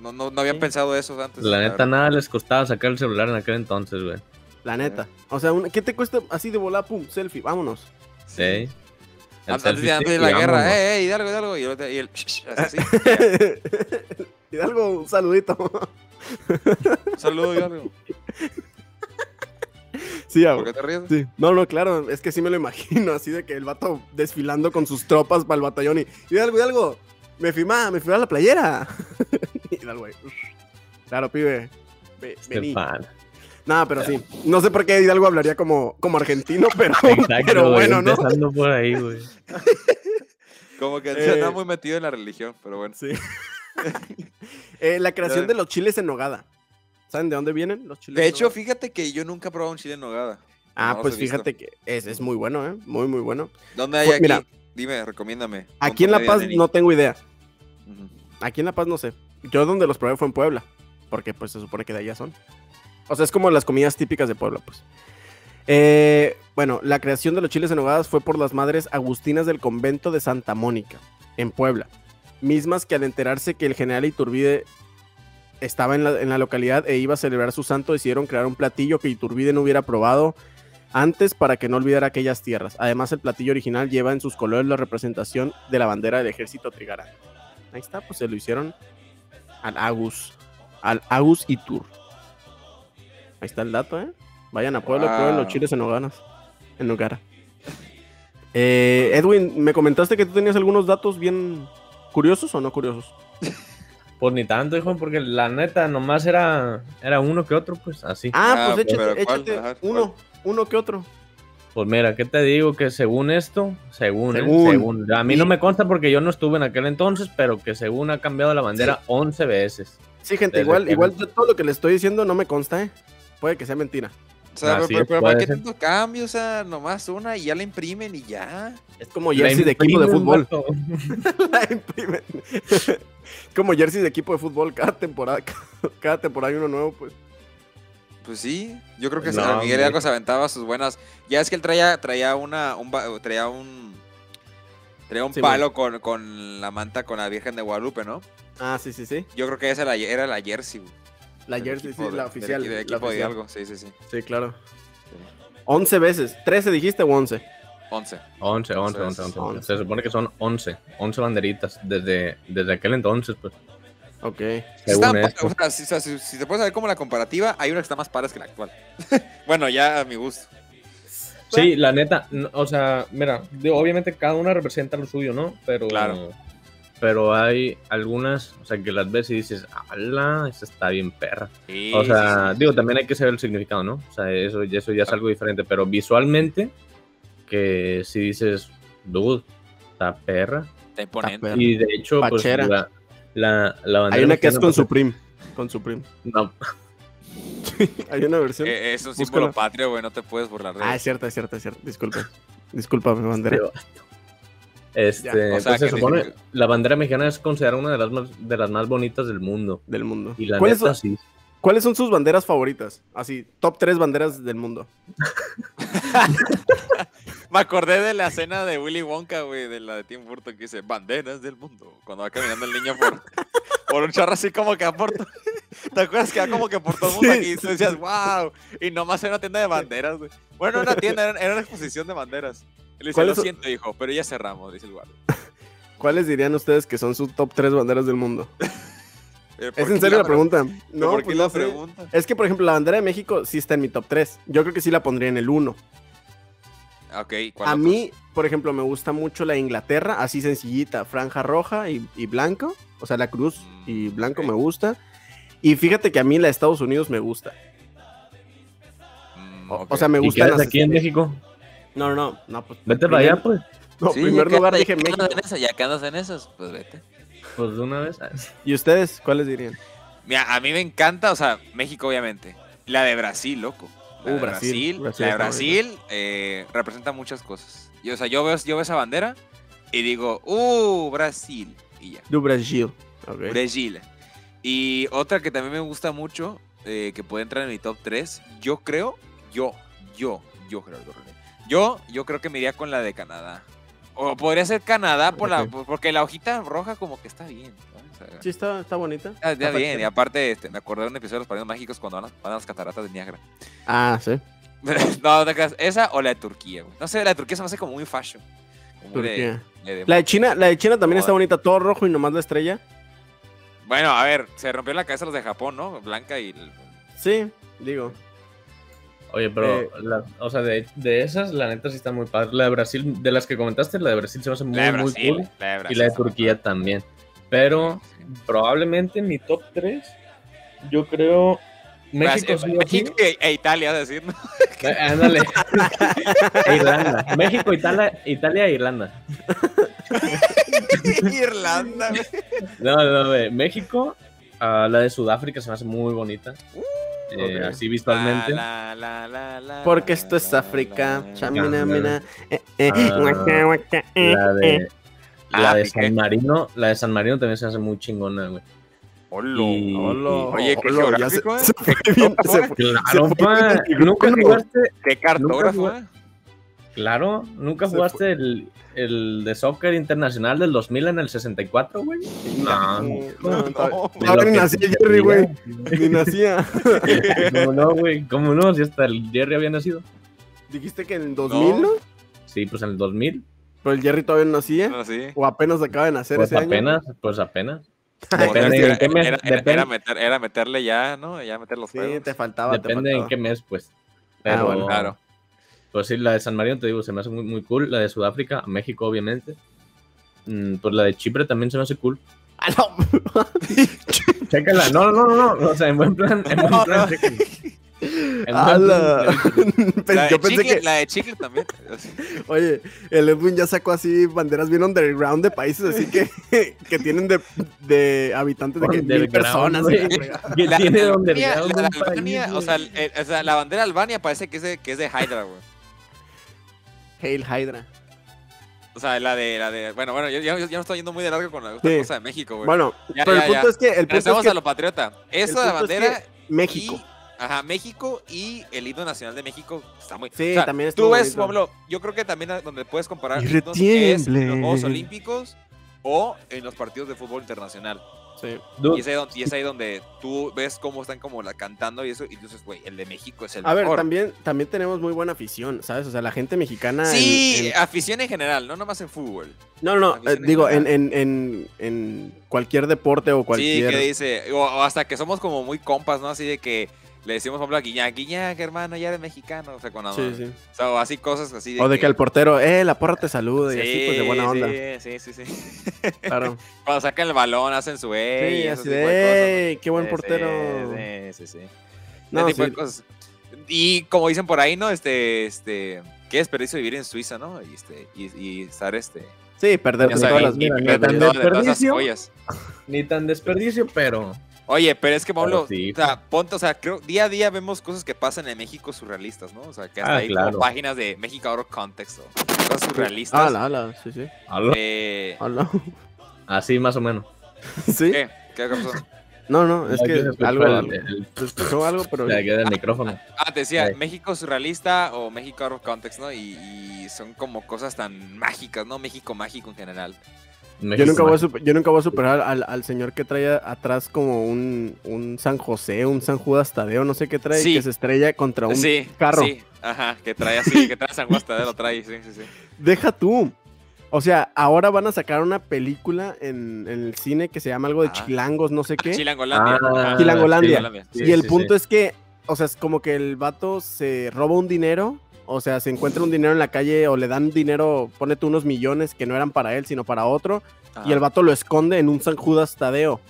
[SPEAKER 2] No, no, no había
[SPEAKER 3] Sí.
[SPEAKER 2] pensado eso antes.
[SPEAKER 3] La neta,
[SPEAKER 2] verdad.
[SPEAKER 3] nada les costaba sacar el celular en aquel entonces, güey.
[SPEAKER 1] La neta. O sea, una- ¿qué te cuesta así de volar, pum, selfie? Vámonos.
[SPEAKER 3] Sí. El
[SPEAKER 2] Antes,
[SPEAKER 3] selfie
[SPEAKER 2] de, antes de
[SPEAKER 3] stick,
[SPEAKER 2] la
[SPEAKER 3] y vámonos.
[SPEAKER 2] guerra, eh, eh, Hidalgo, Hidalgo. Y el, otro- y el así.
[SPEAKER 1] Hidalgo, un saludito.
[SPEAKER 2] Un saludo, Hidalgo.
[SPEAKER 1] Sí, ah,
[SPEAKER 2] ¿Por qué te ríes?
[SPEAKER 1] Sí. No, no, claro, es que sí me lo imagino, así de que el vato desfilando con sus tropas para el batallón y Hidalgo, Hidalgo, me firma, me firma la playera. Hidalgo, güey. Claro, pibe. ve-
[SPEAKER 3] Este
[SPEAKER 1] vení.
[SPEAKER 3] pan.
[SPEAKER 1] Nada, pero sí. No sé por qué Hidalgo hablaría como, como argentino, pero,
[SPEAKER 3] Exacto,
[SPEAKER 1] pero
[SPEAKER 3] güey,
[SPEAKER 1] bueno, ¿no?
[SPEAKER 3] Empezando por ahí, güey.
[SPEAKER 2] Como que
[SPEAKER 1] Eh.
[SPEAKER 2] se anda muy metido en la religión, pero bueno.
[SPEAKER 1] Sí. Eh, la creación
[SPEAKER 2] Ya.
[SPEAKER 1] de los chiles en nogada. ¿Saben de dónde vienen los chiles?
[SPEAKER 2] De
[SPEAKER 1] en
[SPEAKER 2] hecho,
[SPEAKER 1] nogada?
[SPEAKER 2] fíjate que yo nunca he probado un chile en nogada.
[SPEAKER 1] ah,
[SPEAKER 2] no los
[SPEAKER 1] pues
[SPEAKER 2] he visto.
[SPEAKER 1] fíjate que es, es muy bueno, ¿eh? Muy, muy bueno.
[SPEAKER 2] ¿Dónde hay
[SPEAKER 1] Pues,
[SPEAKER 2] aquí?
[SPEAKER 1] mira.
[SPEAKER 2] Dime, recomiéndame.
[SPEAKER 1] Aquí en La Paz no tengo idea.
[SPEAKER 2] no.
[SPEAKER 1] Aquí en La Paz no sé. Yo donde los probé fue en Puebla. Porque pues se supone que de allá son. O sea, es como las comidas típicas de Puebla, pues. Eh, bueno, la creación de los chiles en hogadas fue por las madres agustinas del convento de Santa Mónica, en Puebla. Mismas que al enterarse que el general Iturbide estaba en la, en la localidad e iba a celebrar su santo, decidieron crear un platillo que Iturbide no hubiera probado antes para que no olvidara aquellas tierras. Además, el platillo original lleva en sus colores la representación de la bandera del ejército trigarán. Ahí está, pues se lo hicieron al Agus. Al Agus y Tour. Ahí está el dato, ¿eh? Vayan a Puebla,
[SPEAKER 2] Wow.
[SPEAKER 1] prueben los chiles en hoganas. En Nogara. Eh, Edwin, me comentaste que tú tenías algunos datos bien curiosos o no curiosos.
[SPEAKER 3] Pues ni tanto, hijo, porque la neta nomás era, era uno que otro, pues así.
[SPEAKER 1] Ah,
[SPEAKER 2] Ah,
[SPEAKER 1] pues
[SPEAKER 2] pero
[SPEAKER 1] échate,
[SPEAKER 2] ¿cuál?
[SPEAKER 1] échate
[SPEAKER 2] Ajá, ¿cuál?
[SPEAKER 1] uno, uno que otro.
[SPEAKER 3] Pues mira, ¿qué te digo? Que según esto, según, ¿eh?
[SPEAKER 1] Según.
[SPEAKER 3] Según. A mí no
[SPEAKER 1] Sí.
[SPEAKER 3] me consta porque yo no estuve en aquel entonces, pero que según ha cambiado la bandera 11 veces.
[SPEAKER 1] Sí, gente,
[SPEAKER 3] Desde
[SPEAKER 1] igual,
[SPEAKER 3] que-
[SPEAKER 1] igual yo todo lo que le estoy diciendo no me consta, ¿eh? Puede que sea mentira.
[SPEAKER 2] O
[SPEAKER 1] Ah,
[SPEAKER 2] sea,
[SPEAKER 3] Así
[SPEAKER 2] pero,
[SPEAKER 3] es,
[SPEAKER 2] pero ¿para qué
[SPEAKER 3] puede ser.
[SPEAKER 2] tanto cambio? O sea, nomás una y ya la imprimen y ya.
[SPEAKER 1] Es como
[SPEAKER 3] La
[SPEAKER 1] jersey de equipo de
[SPEAKER 3] imprimen,
[SPEAKER 1] fútbol.
[SPEAKER 3] vato.
[SPEAKER 1] La imprimen. Es como jersey de equipo de fútbol cada temporada. Cada, cada temporada hay uno nuevo, pues.
[SPEAKER 2] Pues sí, yo creo que
[SPEAKER 3] No,
[SPEAKER 2] San Miguel
[SPEAKER 3] hombre.
[SPEAKER 2] Hidalgo se aventaba sus buenas. Ya es que él traía, traía una, un ba- traía un traía un
[SPEAKER 1] Sí,
[SPEAKER 2] palo con, con la manta con la Virgen de Guadalupe, ¿no?
[SPEAKER 1] Ah, sí, sí, sí.
[SPEAKER 2] Yo creo que esa era, la- era la jersey, güey,
[SPEAKER 1] La
[SPEAKER 2] del
[SPEAKER 1] jersey, sí,
[SPEAKER 2] equipo de-
[SPEAKER 1] la
[SPEAKER 2] del
[SPEAKER 1] oficial.
[SPEAKER 2] equi- del
[SPEAKER 1] la
[SPEAKER 2] equipo de
[SPEAKER 1] oficial.
[SPEAKER 2] Hidalgo, sí, sí, sí.
[SPEAKER 1] Sí, claro. 11 veces. ¿13 dijiste o 11?
[SPEAKER 2] 11.
[SPEAKER 3] 11, 11,
[SPEAKER 2] Entonces,
[SPEAKER 3] 11, 11,
[SPEAKER 1] 11.
[SPEAKER 3] Se supone que son 11, 11 banderitas desde, desde aquel entonces, pues.
[SPEAKER 1] Ok.
[SPEAKER 3] Según
[SPEAKER 2] Están
[SPEAKER 3] esto.
[SPEAKER 2] pa- o sea, si, o sea, si- si te puedes saber como la comparativa, hay una que está más pares que la actual. bueno, ya a mi gusto.
[SPEAKER 3] Sí, la neta, no, o sea, mira, digo, obviamente cada una representa lo suyo, ¿no? Pero,
[SPEAKER 2] Claro.
[SPEAKER 3] pero hay algunas, o sea, que las ves y dices, ala, esa está bien perra.
[SPEAKER 2] Sí,
[SPEAKER 3] O
[SPEAKER 2] sí,
[SPEAKER 3] sea,
[SPEAKER 2] sí.
[SPEAKER 3] digo, también hay que saber el significado, ¿no? O sea, eso, y eso ya es algo diferente, pero visualmente, que si dices, dude, está perra.
[SPEAKER 2] Está imponente.
[SPEAKER 1] perro.
[SPEAKER 3] Y de hecho, pues
[SPEAKER 1] Pachera.
[SPEAKER 3] la, la, la bandera.
[SPEAKER 1] Hay una que es con
[SPEAKER 3] mexicana,
[SPEAKER 1] Supreme. Con Supreme.
[SPEAKER 3] pues, no,
[SPEAKER 1] Hay una versión.
[SPEAKER 2] Eh, es un símbolo
[SPEAKER 1] Búscala.
[SPEAKER 2] patrio, güey, no te puedes burlar de
[SPEAKER 1] Ah,
[SPEAKER 2] él.
[SPEAKER 1] es cierto, es cierto, es cierto. Disculpa. Disculpa, mi bandera.
[SPEAKER 3] Pero- Este,
[SPEAKER 1] Ya,
[SPEAKER 2] o sea,
[SPEAKER 3] pues se
[SPEAKER 2] que te-
[SPEAKER 3] supone, la bandera mexicana es considerada una de las más, de las más bonitas del mundo.
[SPEAKER 1] Del mundo.
[SPEAKER 3] Y la
[SPEAKER 1] ¿Cuáles
[SPEAKER 3] neta,
[SPEAKER 1] son-
[SPEAKER 3] sí.
[SPEAKER 1] ¿Cuáles son sus banderas favoritas? Así, top 3 banderas del mundo.
[SPEAKER 2] Me acordé de la escena de Willy Wonka, güey, de la de Tim Burton, que dice, banderas del mundo, cuando va caminando el niño por, por un charro así como que aporta. ¿Te acuerdas que va como que por todo el mundo
[SPEAKER 1] Sí,
[SPEAKER 2] aquí y tú decías, wow? Y nomás era una tienda de banderas, güey. Bueno, no era una tienda, era, era una exposición de banderas. Él dice,
[SPEAKER 1] ¿Cuáles
[SPEAKER 2] lo
[SPEAKER 1] son-
[SPEAKER 2] siento, hijo, pero ya cerramos, dice el guardia.
[SPEAKER 1] ¿Cuáles dirían ustedes que son sus top 3 banderas del mundo?
[SPEAKER 2] Pero, Eh, ¿por
[SPEAKER 1] Es en
[SPEAKER 2] qué
[SPEAKER 1] serio la
[SPEAKER 2] pregun-
[SPEAKER 1] pregunta.
[SPEAKER 2] pero
[SPEAKER 1] No,
[SPEAKER 2] ¿Por qué
[SPEAKER 1] pues
[SPEAKER 2] la
[SPEAKER 1] no sé.
[SPEAKER 2] pregunta?
[SPEAKER 1] Es que, por ejemplo, la bandera de México sí está en mi top 3. Yo creo que sí la pondría en el 1.
[SPEAKER 2] Ok, ¿cuál
[SPEAKER 1] A
[SPEAKER 2] otro?
[SPEAKER 1] mí, por ejemplo, me gusta mucho la de Inglaterra, así sencillita, franja roja y, y blanco. O sea, la cruz
[SPEAKER 2] Mm,
[SPEAKER 1] y blanco
[SPEAKER 2] ok.
[SPEAKER 1] me gusta. Y fíjate que a mí la de Estados Unidos me gusta.
[SPEAKER 2] Mm,
[SPEAKER 1] O-
[SPEAKER 2] ok.
[SPEAKER 1] O sea, me
[SPEAKER 3] ¿Y
[SPEAKER 1] gustan
[SPEAKER 3] quedas
[SPEAKER 1] las...
[SPEAKER 3] aquí en México?
[SPEAKER 1] No, no, no. no pues,
[SPEAKER 3] Vete para
[SPEAKER 1] primer-
[SPEAKER 3] allá, pues.
[SPEAKER 1] No,
[SPEAKER 2] Sí,
[SPEAKER 1] primer
[SPEAKER 2] ya
[SPEAKER 1] lugar
[SPEAKER 2] que-
[SPEAKER 1] dije
[SPEAKER 2] ya que andas
[SPEAKER 1] México.
[SPEAKER 2] en esas, ya que andas en esas, pues vete.
[SPEAKER 3] Pues de una vez.
[SPEAKER 1] ¿Y ustedes cuáles dirían?
[SPEAKER 2] Mira, a mí me encanta, o sea, México obviamente. La de Brasil, loco. La
[SPEAKER 1] Uh, Brasil,
[SPEAKER 2] de Brasil,
[SPEAKER 1] Brasil
[SPEAKER 2] la de
[SPEAKER 1] está
[SPEAKER 2] Brasil eh, representa muchas cosas. Y, o sea, yo veo, yo veo esa bandera y digo, ¡Uh, Brasil! Y ya.
[SPEAKER 1] Du Brasil. Ok.
[SPEAKER 2] Brasil. Y otra que también me gusta mucho, eh, que puede entrar en mi top 3, yo creo, yo, yo, yo, Gerardo René. Yo, yo creo que me iría con la de Canadá. O podría ser Canadá por la, porque la hojita roja como que está bien. ¿no? O sea,
[SPEAKER 1] Sí, está, está bonita.
[SPEAKER 2] Está, está
[SPEAKER 1] Está
[SPEAKER 2] Ah, bien, y
[SPEAKER 1] fachera.
[SPEAKER 2] aparte este, me acordé de un episodio de los Padrinos Mágicos cuando van a, van a las cataratas de Niagara.
[SPEAKER 1] Ah, sí.
[SPEAKER 2] no, no te creas, esa o la de Turquía, güey. No sé, la de Turquía se me hace como muy fashion. como muy de-
[SPEAKER 1] Turquía.
[SPEAKER 2] de- de-
[SPEAKER 1] La de China, la de China también está
[SPEAKER 2] Joder.
[SPEAKER 1] bonita, todo rojo y nomás la estrella.
[SPEAKER 2] Bueno, a ver, se rompió la cabeza los de Japón, ¿no? Blanca y...
[SPEAKER 1] Sí, digo.
[SPEAKER 3] Oye, pero,
[SPEAKER 1] Eh,
[SPEAKER 3] la- o sea, de, de esas, la neta sí está muy padre. La de Brasil, de las que comentaste, la de Brasil se me hace muy,
[SPEAKER 2] La de
[SPEAKER 3] muy
[SPEAKER 2] Brasil,
[SPEAKER 3] cool.
[SPEAKER 2] la de
[SPEAKER 3] Y
[SPEAKER 2] Brasil
[SPEAKER 3] la de
[SPEAKER 2] está muy
[SPEAKER 3] Turquía también. Pero
[SPEAKER 2] Sí.
[SPEAKER 3] probablemente en mi top 3, yo creo
[SPEAKER 2] Brasil-
[SPEAKER 3] México. sí o sí.
[SPEAKER 2] México e, e Italia, a decir, ¿no?
[SPEAKER 3] Eh, Ándale. E Irlanda. México, Italia, Italia e Irlanda.
[SPEAKER 2] Irlanda, güey.
[SPEAKER 3] No, no, no. eh, México, ah, la de Sudáfrica se me hace muy bonita. Eh,
[SPEAKER 1] ok.
[SPEAKER 3] Así visualmente.
[SPEAKER 2] Uh, Ah, La, la, la, la, la,
[SPEAKER 1] Porque esto es
[SPEAKER 2] la,
[SPEAKER 1] África.
[SPEAKER 2] la, la,
[SPEAKER 1] Chamina,
[SPEAKER 3] Ah,
[SPEAKER 1] mina. eh, eh,
[SPEAKER 3] Ah,
[SPEAKER 1] guaca, guaca, eh,
[SPEAKER 3] La de, la
[SPEAKER 2] Ah,
[SPEAKER 3] de
[SPEAKER 2] Piqué.
[SPEAKER 3] San Marino, la de San Marino también se hace muy chingona, güey.
[SPEAKER 2] Hola.
[SPEAKER 3] Y-
[SPEAKER 1] Olo,
[SPEAKER 2] Oye, qué
[SPEAKER 1] olo, ya se-
[SPEAKER 2] geográfico, ¿eh?
[SPEAKER 1] se fue bien, se fue.
[SPEAKER 3] Claro,
[SPEAKER 1] Se fue
[SPEAKER 3] pa.
[SPEAKER 1] del grupo,
[SPEAKER 3] nunca
[SPEAKER 1] güey.
[SPEAKER 3] jugaste,
[SPEAKER 2] Qué cartógrafo,
[SPEAKER 3] jugué-
[SPEAKER 2] ¿eh?
[SPEAKER 3] claro, nunca
[SPEAKER 1] Se
[SPEAKER 3] jugaste el, el de soccer internacional del 2000 en el 64, güey.
[SPEAKER 1] No,
[SPEAKER 3] No, no.
[SPEAKER 1] no,
[SPEAKER 3] De
[SPEAKER 1] ahora
[SPEAKER 3] lo
[SPEAKER 1] ni
[SPEAKER 3] que
[SPEAKER 1] nacía
[SPEAKER 3] se
[SPEAKER 1] Jerry, güey.
[SPEAKER 3] veía.
[SPEAKER 1] Ni nacía.
[SPEAKER 3] ¿Cómo no, güey? ¿Cómo no? Si hasta el Jerry había nacido.
[SPEAKER 1] Dijiste que en el 2000, ¿no?
[SPEAKER 2] No.
[SPEAKER 3] Sí, pues en el 2000.
[SPEAKER 1] Pero el Jerry todavía no nacía.
[SPEAKER 3] ¿eh?
[SPEAKER 2] No, sí.
[SPEAKER 1] O apenas acaba de nacer
[SPEAKER 3] Pues
[SPEAKER 1] ese año.
[SPEAKER 3] apenas, pues apenas.
[SPEAKER 2] Como
[SPEAKER 3] Depende
[SPEAKER 2] tal,
[SPEAKER 3] en
[SPEAKER 2] era-
[SPEAKER 3] qué mes,
[SPEAKER 2] era- era-
[SPEAKER 3] depende.
[SPEAKER 2] era meter- Era meterle ya, ¿no? Ya meter los
[SPEAKER 1] Sí,
[SPEAKER 2] pedos.
[SPEAKER 1] te faltaba. Ah, te
[SPEAKER 3] Depende en
[SPEAKER 1] faltaba.
[SPEAKER 3] qué mes, pues.
[SPEAKER 1] Ah,
[SPEAKER 3] Pero,
[SPEAKER 1] bueno.
[SPEAKER 2] Claro.
[SPEAKER 3] Pues sí, la de San Marino, te digo, se me hace muy, muy cool. La de Sudáfrica, México, obviamente. Mm, pues la de Chipre también se me hace cool.
[SPEAKER 1] Ah, no.
[SPEAKER 3] Chécala. No, no, no, no, no. O sea, en buen plan. En buen
[SPEAKER 2] No,
[SPEAKER 3] plan,
[SPEAKER 2] no.
[SPEAKER 3] chécala. En buen
[SPEAKER 1] Ala.
[SPEAKER 3] plan,
[SPEAKER 1] Pues
[SPEAKER 2] La de
[SPEAKER 1] Yo pensé
[SPEAKER 2] chicle-
[SPEAKER 1] que,
[SPEAKER 2] La de chicle también.
[SPEAKER 1] oye, el Edwin ya sacó así banderas bien underground de países, así que, que tienen de, de habitantes de que mil
[SPEAKER 3] Underground,
[SPEAKER 1] personas.
[SPEAKER 3] güey.
[SPEAKER 1] y la fregada.
[SPEAKER 3] ¿Qué
[SPEAKER 2] La-
[SPEAKER 3] tiene
[SPEAKER 2] la de
[SPEAKER 3] donde
[SPEAKER 2] Albania-
[SPEAKER 3] viajar
[SPEAKER 2] la de
[SPEAKER 3] un país,
[SPEAKER 2] Albania, o
[SPEAKER 3] güey?
[SPEAKER 2] sea, el- el- o sea, la bandera de Albania parece que es de, que es de Hydra, güey.
[SPEAKER 1] Hail Hydra.
[SPEAKER 2] O sea, la de, la de, bueno, bueno, yo, yo, yo no estoy yendo muy de largo con la esta
[SPEAKER 1] Sí.
[SPEAKER 2] cosa de México, güey.
[SPEAKER 1] Bueno,
[SPEAKER 2] Ya,
[SPEAKER 1] pero
[SPEAKER 2] ya,
[SPEAKER 1] el punto
[SPEAKER 2] ya.
[SPEAKER 1] es que el punto
[SPEAKER 2] Regresamos
[SPEAKER 1] es que
[SPEAKER 2] a lo patriota.
[SPEAKER 1] el
[SPEAKER 2] Eso de la
[SPEAKER 1] punto es
[SPEAKER 2] bandera
[SPEAKER 1] México.
[SPEAKER 2] y- ajá, México y el himno nacional de México está muy.
[SPEAKER 1] Sí,
[SPEAKER 2] o sea,
[SPEAKER 1] también estuvo
[SPEAKER 2] Tú ves,
[SPEAKER 1] bonito.
[SPEAKER 2] Pablo, yo creo que también a- donde puedes comparar
[SPEAKER 1] Y
[SPEAKER 2] himnos es en los Juegos
[SPEAKER 1] retiemble.
[SPEAKER 2] Olímpicos o en los partidos de fútbol internacional.
[SPEAKER 1] Sí.
[SPEAKER 3] Dude,
[SPEAKER 2] Y es ahí donde, y es ahí donde tú ves cómo están como la cantando y eso, y dices, güey, el de México es el
[SPEAKER 1] A ver,
[SPEAKER 2] mejor.
[SPEAKER 1] también, también tenemos muy buena afición, ¿sabes? O sea, la gente mexicana. en-
[SPEAKER 2] Sí,
[SPEAKER 1] en-
[SPEAKER 2] afición en general, no nomás en fútbol.
[SPEAKER 1] no, no, no,
[SPEAKER 2] afición
[SPEAKER 1] eh,
[SPEAKER 2] en
[SPEAKER 1] digo, en,
[SPEAKER 2] general.
[SPEAKER 1] en, en, en cualquier deporte o cualquier.
[SPEAKER 2] Sí, que dice, o, o hasta que somos como muy compas, ¿no? Así de que le decimos, por ejemplo, a Guiñac, Guiñac, hermano, ya eres mexicano, o sea, con la
[SPEAKER 1] Sí, sí.
[SPEAKER 2] O sea, o así cosas así de
[SPEAKER 1] O de que el portero, eh, la porra te saluda y así, pues de buena
[SPEAKER 2] Sí,
[SPEAKER 1] onda.
[SPEAKER 2] Sí, sí, sí.
[SPEAKER 1] Claro.
[SPEAKER 2] Cuando sacan el balón, hacen su ey,
[SPEAKER 1] Sí,
[SPEAKER 2] esos
[SPEAKER 1] así
[SPEAKER 2] tipo cosas,
[SPEAKER 1] de, "Ey, qué
[SPEAKER 2] ¿no?
[SPEAKER 1] buen
[SPEAKER 2] Sí,
[SPEAKER 1] portero.
[SPEAKER 2] Sí, sí, sí. Ese
[SPEAKER 1] No,
[SPEAKER 2] tipo de
[SPEAKER 1] sí.
[SPEAKER 2] cosas. Y como dicen por ahí, ¿no? Este, este, qué desperdicio vivir en Suiza, ¿no? Y, este, y, y estar, este,
[SPEAKER 1] Sí, perder
[SPEAKER 2] ya
[SPEAKER 1] con
[SPEAKER 2] sabes,
[SPEAKER 1] todas las
[SPEAKER 2] y- y-
[SPEAKER 3] mira,
[SPEAKER 2] y-
[SPEAKER 3] mira,
[SPEAKER 2] de
[SPEAKER 3] tan
[SPEAKER 2] todas- de todas esas
[SPEAKER 3] desperdicio.
[SPEAKER 2] joyas.
[SPEAKER 3] Ni tan desperdicio, pero.
[SPEAKER 2] Oye, pero es que Pablo,
[SPEAKER 3] Pero sí.
[SPEAKER 2] o sea, ponte, o sea, creo, día a día vemos cosas que pasan en México surrealistas, ¿no? O sea, que hasta
[SPEAKER 3] Ah,
[SPEAKER 2] hay como
[SPEAKER 3] claro.
[SPEAKER 2] páginas de México Out of Context, o cosas surrealistas.
[SPEAKER 1] Ala, ala, sí, sí.
[SPEAKER 3] Aló.
[SPEAKER 2] Eh,
[SPEAKER 1] Ala.
[SPEAKER 3] Así más o menos.
[SPEAKER 1] Sí.
[SPEAKER 2] ¿Qué? ¿Qué pasó?
[SPEAKER 1] No, no, es
[SPEAKER 3] Aquí
[SPEAKER 1] que
[SPEAKER 3] se escuchó
[SPEAKER 1] algo.
[SPEAKER 3] el- el-
[SPEAKER 1] se escuchó algo, pero.
[SPEAKER 3] la queda del micrófono.
[SPEAKER 2] Ah, te decía,
[SPEAKER 3] Ey.
[SPEAKER 2] México surrealista o México Out of Context, ¿no? Y, y son como cosas tan mágicas, ¿no? México mágico en general.
[SPEAKER 1] Yo
[SPEAKER 3] México,
[SPEAKER 1] nunca, voy a
[SPEAKER 3] man.
[SPEAKER 1] super- yo nunca voy a superar al, al señor que trae a- atrás como un, un San José, un San Judas Tadeo, no sé qué trae,
[SPEAKER 2] Sí.
[SPEAKER 1] que se estrella contra un...
[SPEAKER 2] sí,
[SPEAKER 1] carro.
[SPEAKER 2] sí, ajá, que trae así, que trae San Juan Tadeo, lo trae, sí, sí, sí.
[SPEAKER 1] Deja tú. O sea, ahora van a sacar una película en, en el cine que se llama algo de
[SPEAKER 2] Ah.
[SPEAKER 1] chilangoos, no sé qué.
[SPEAKER 2] Chilangolandia.
[SPEAKER 3] Ah,
[SPEAKER 2] Ah,
[SPEAKER 1] Chilangolandia.
[SPEAKER 3] Sí,
[SPEAKER 1] y el
[SPEAKER 3] sí,
[SPEAKER 1] punto
[SPEAKER 3] sí.
[SPEAKER 1] es que, o sea, es como que el vato se roba un dinero, o sea, se encuentra un dinero en la calle o le dan dinero, pone tú unos millones que no eran para él, sino para otro, y el vato lo esconde en un San Judas Tadeo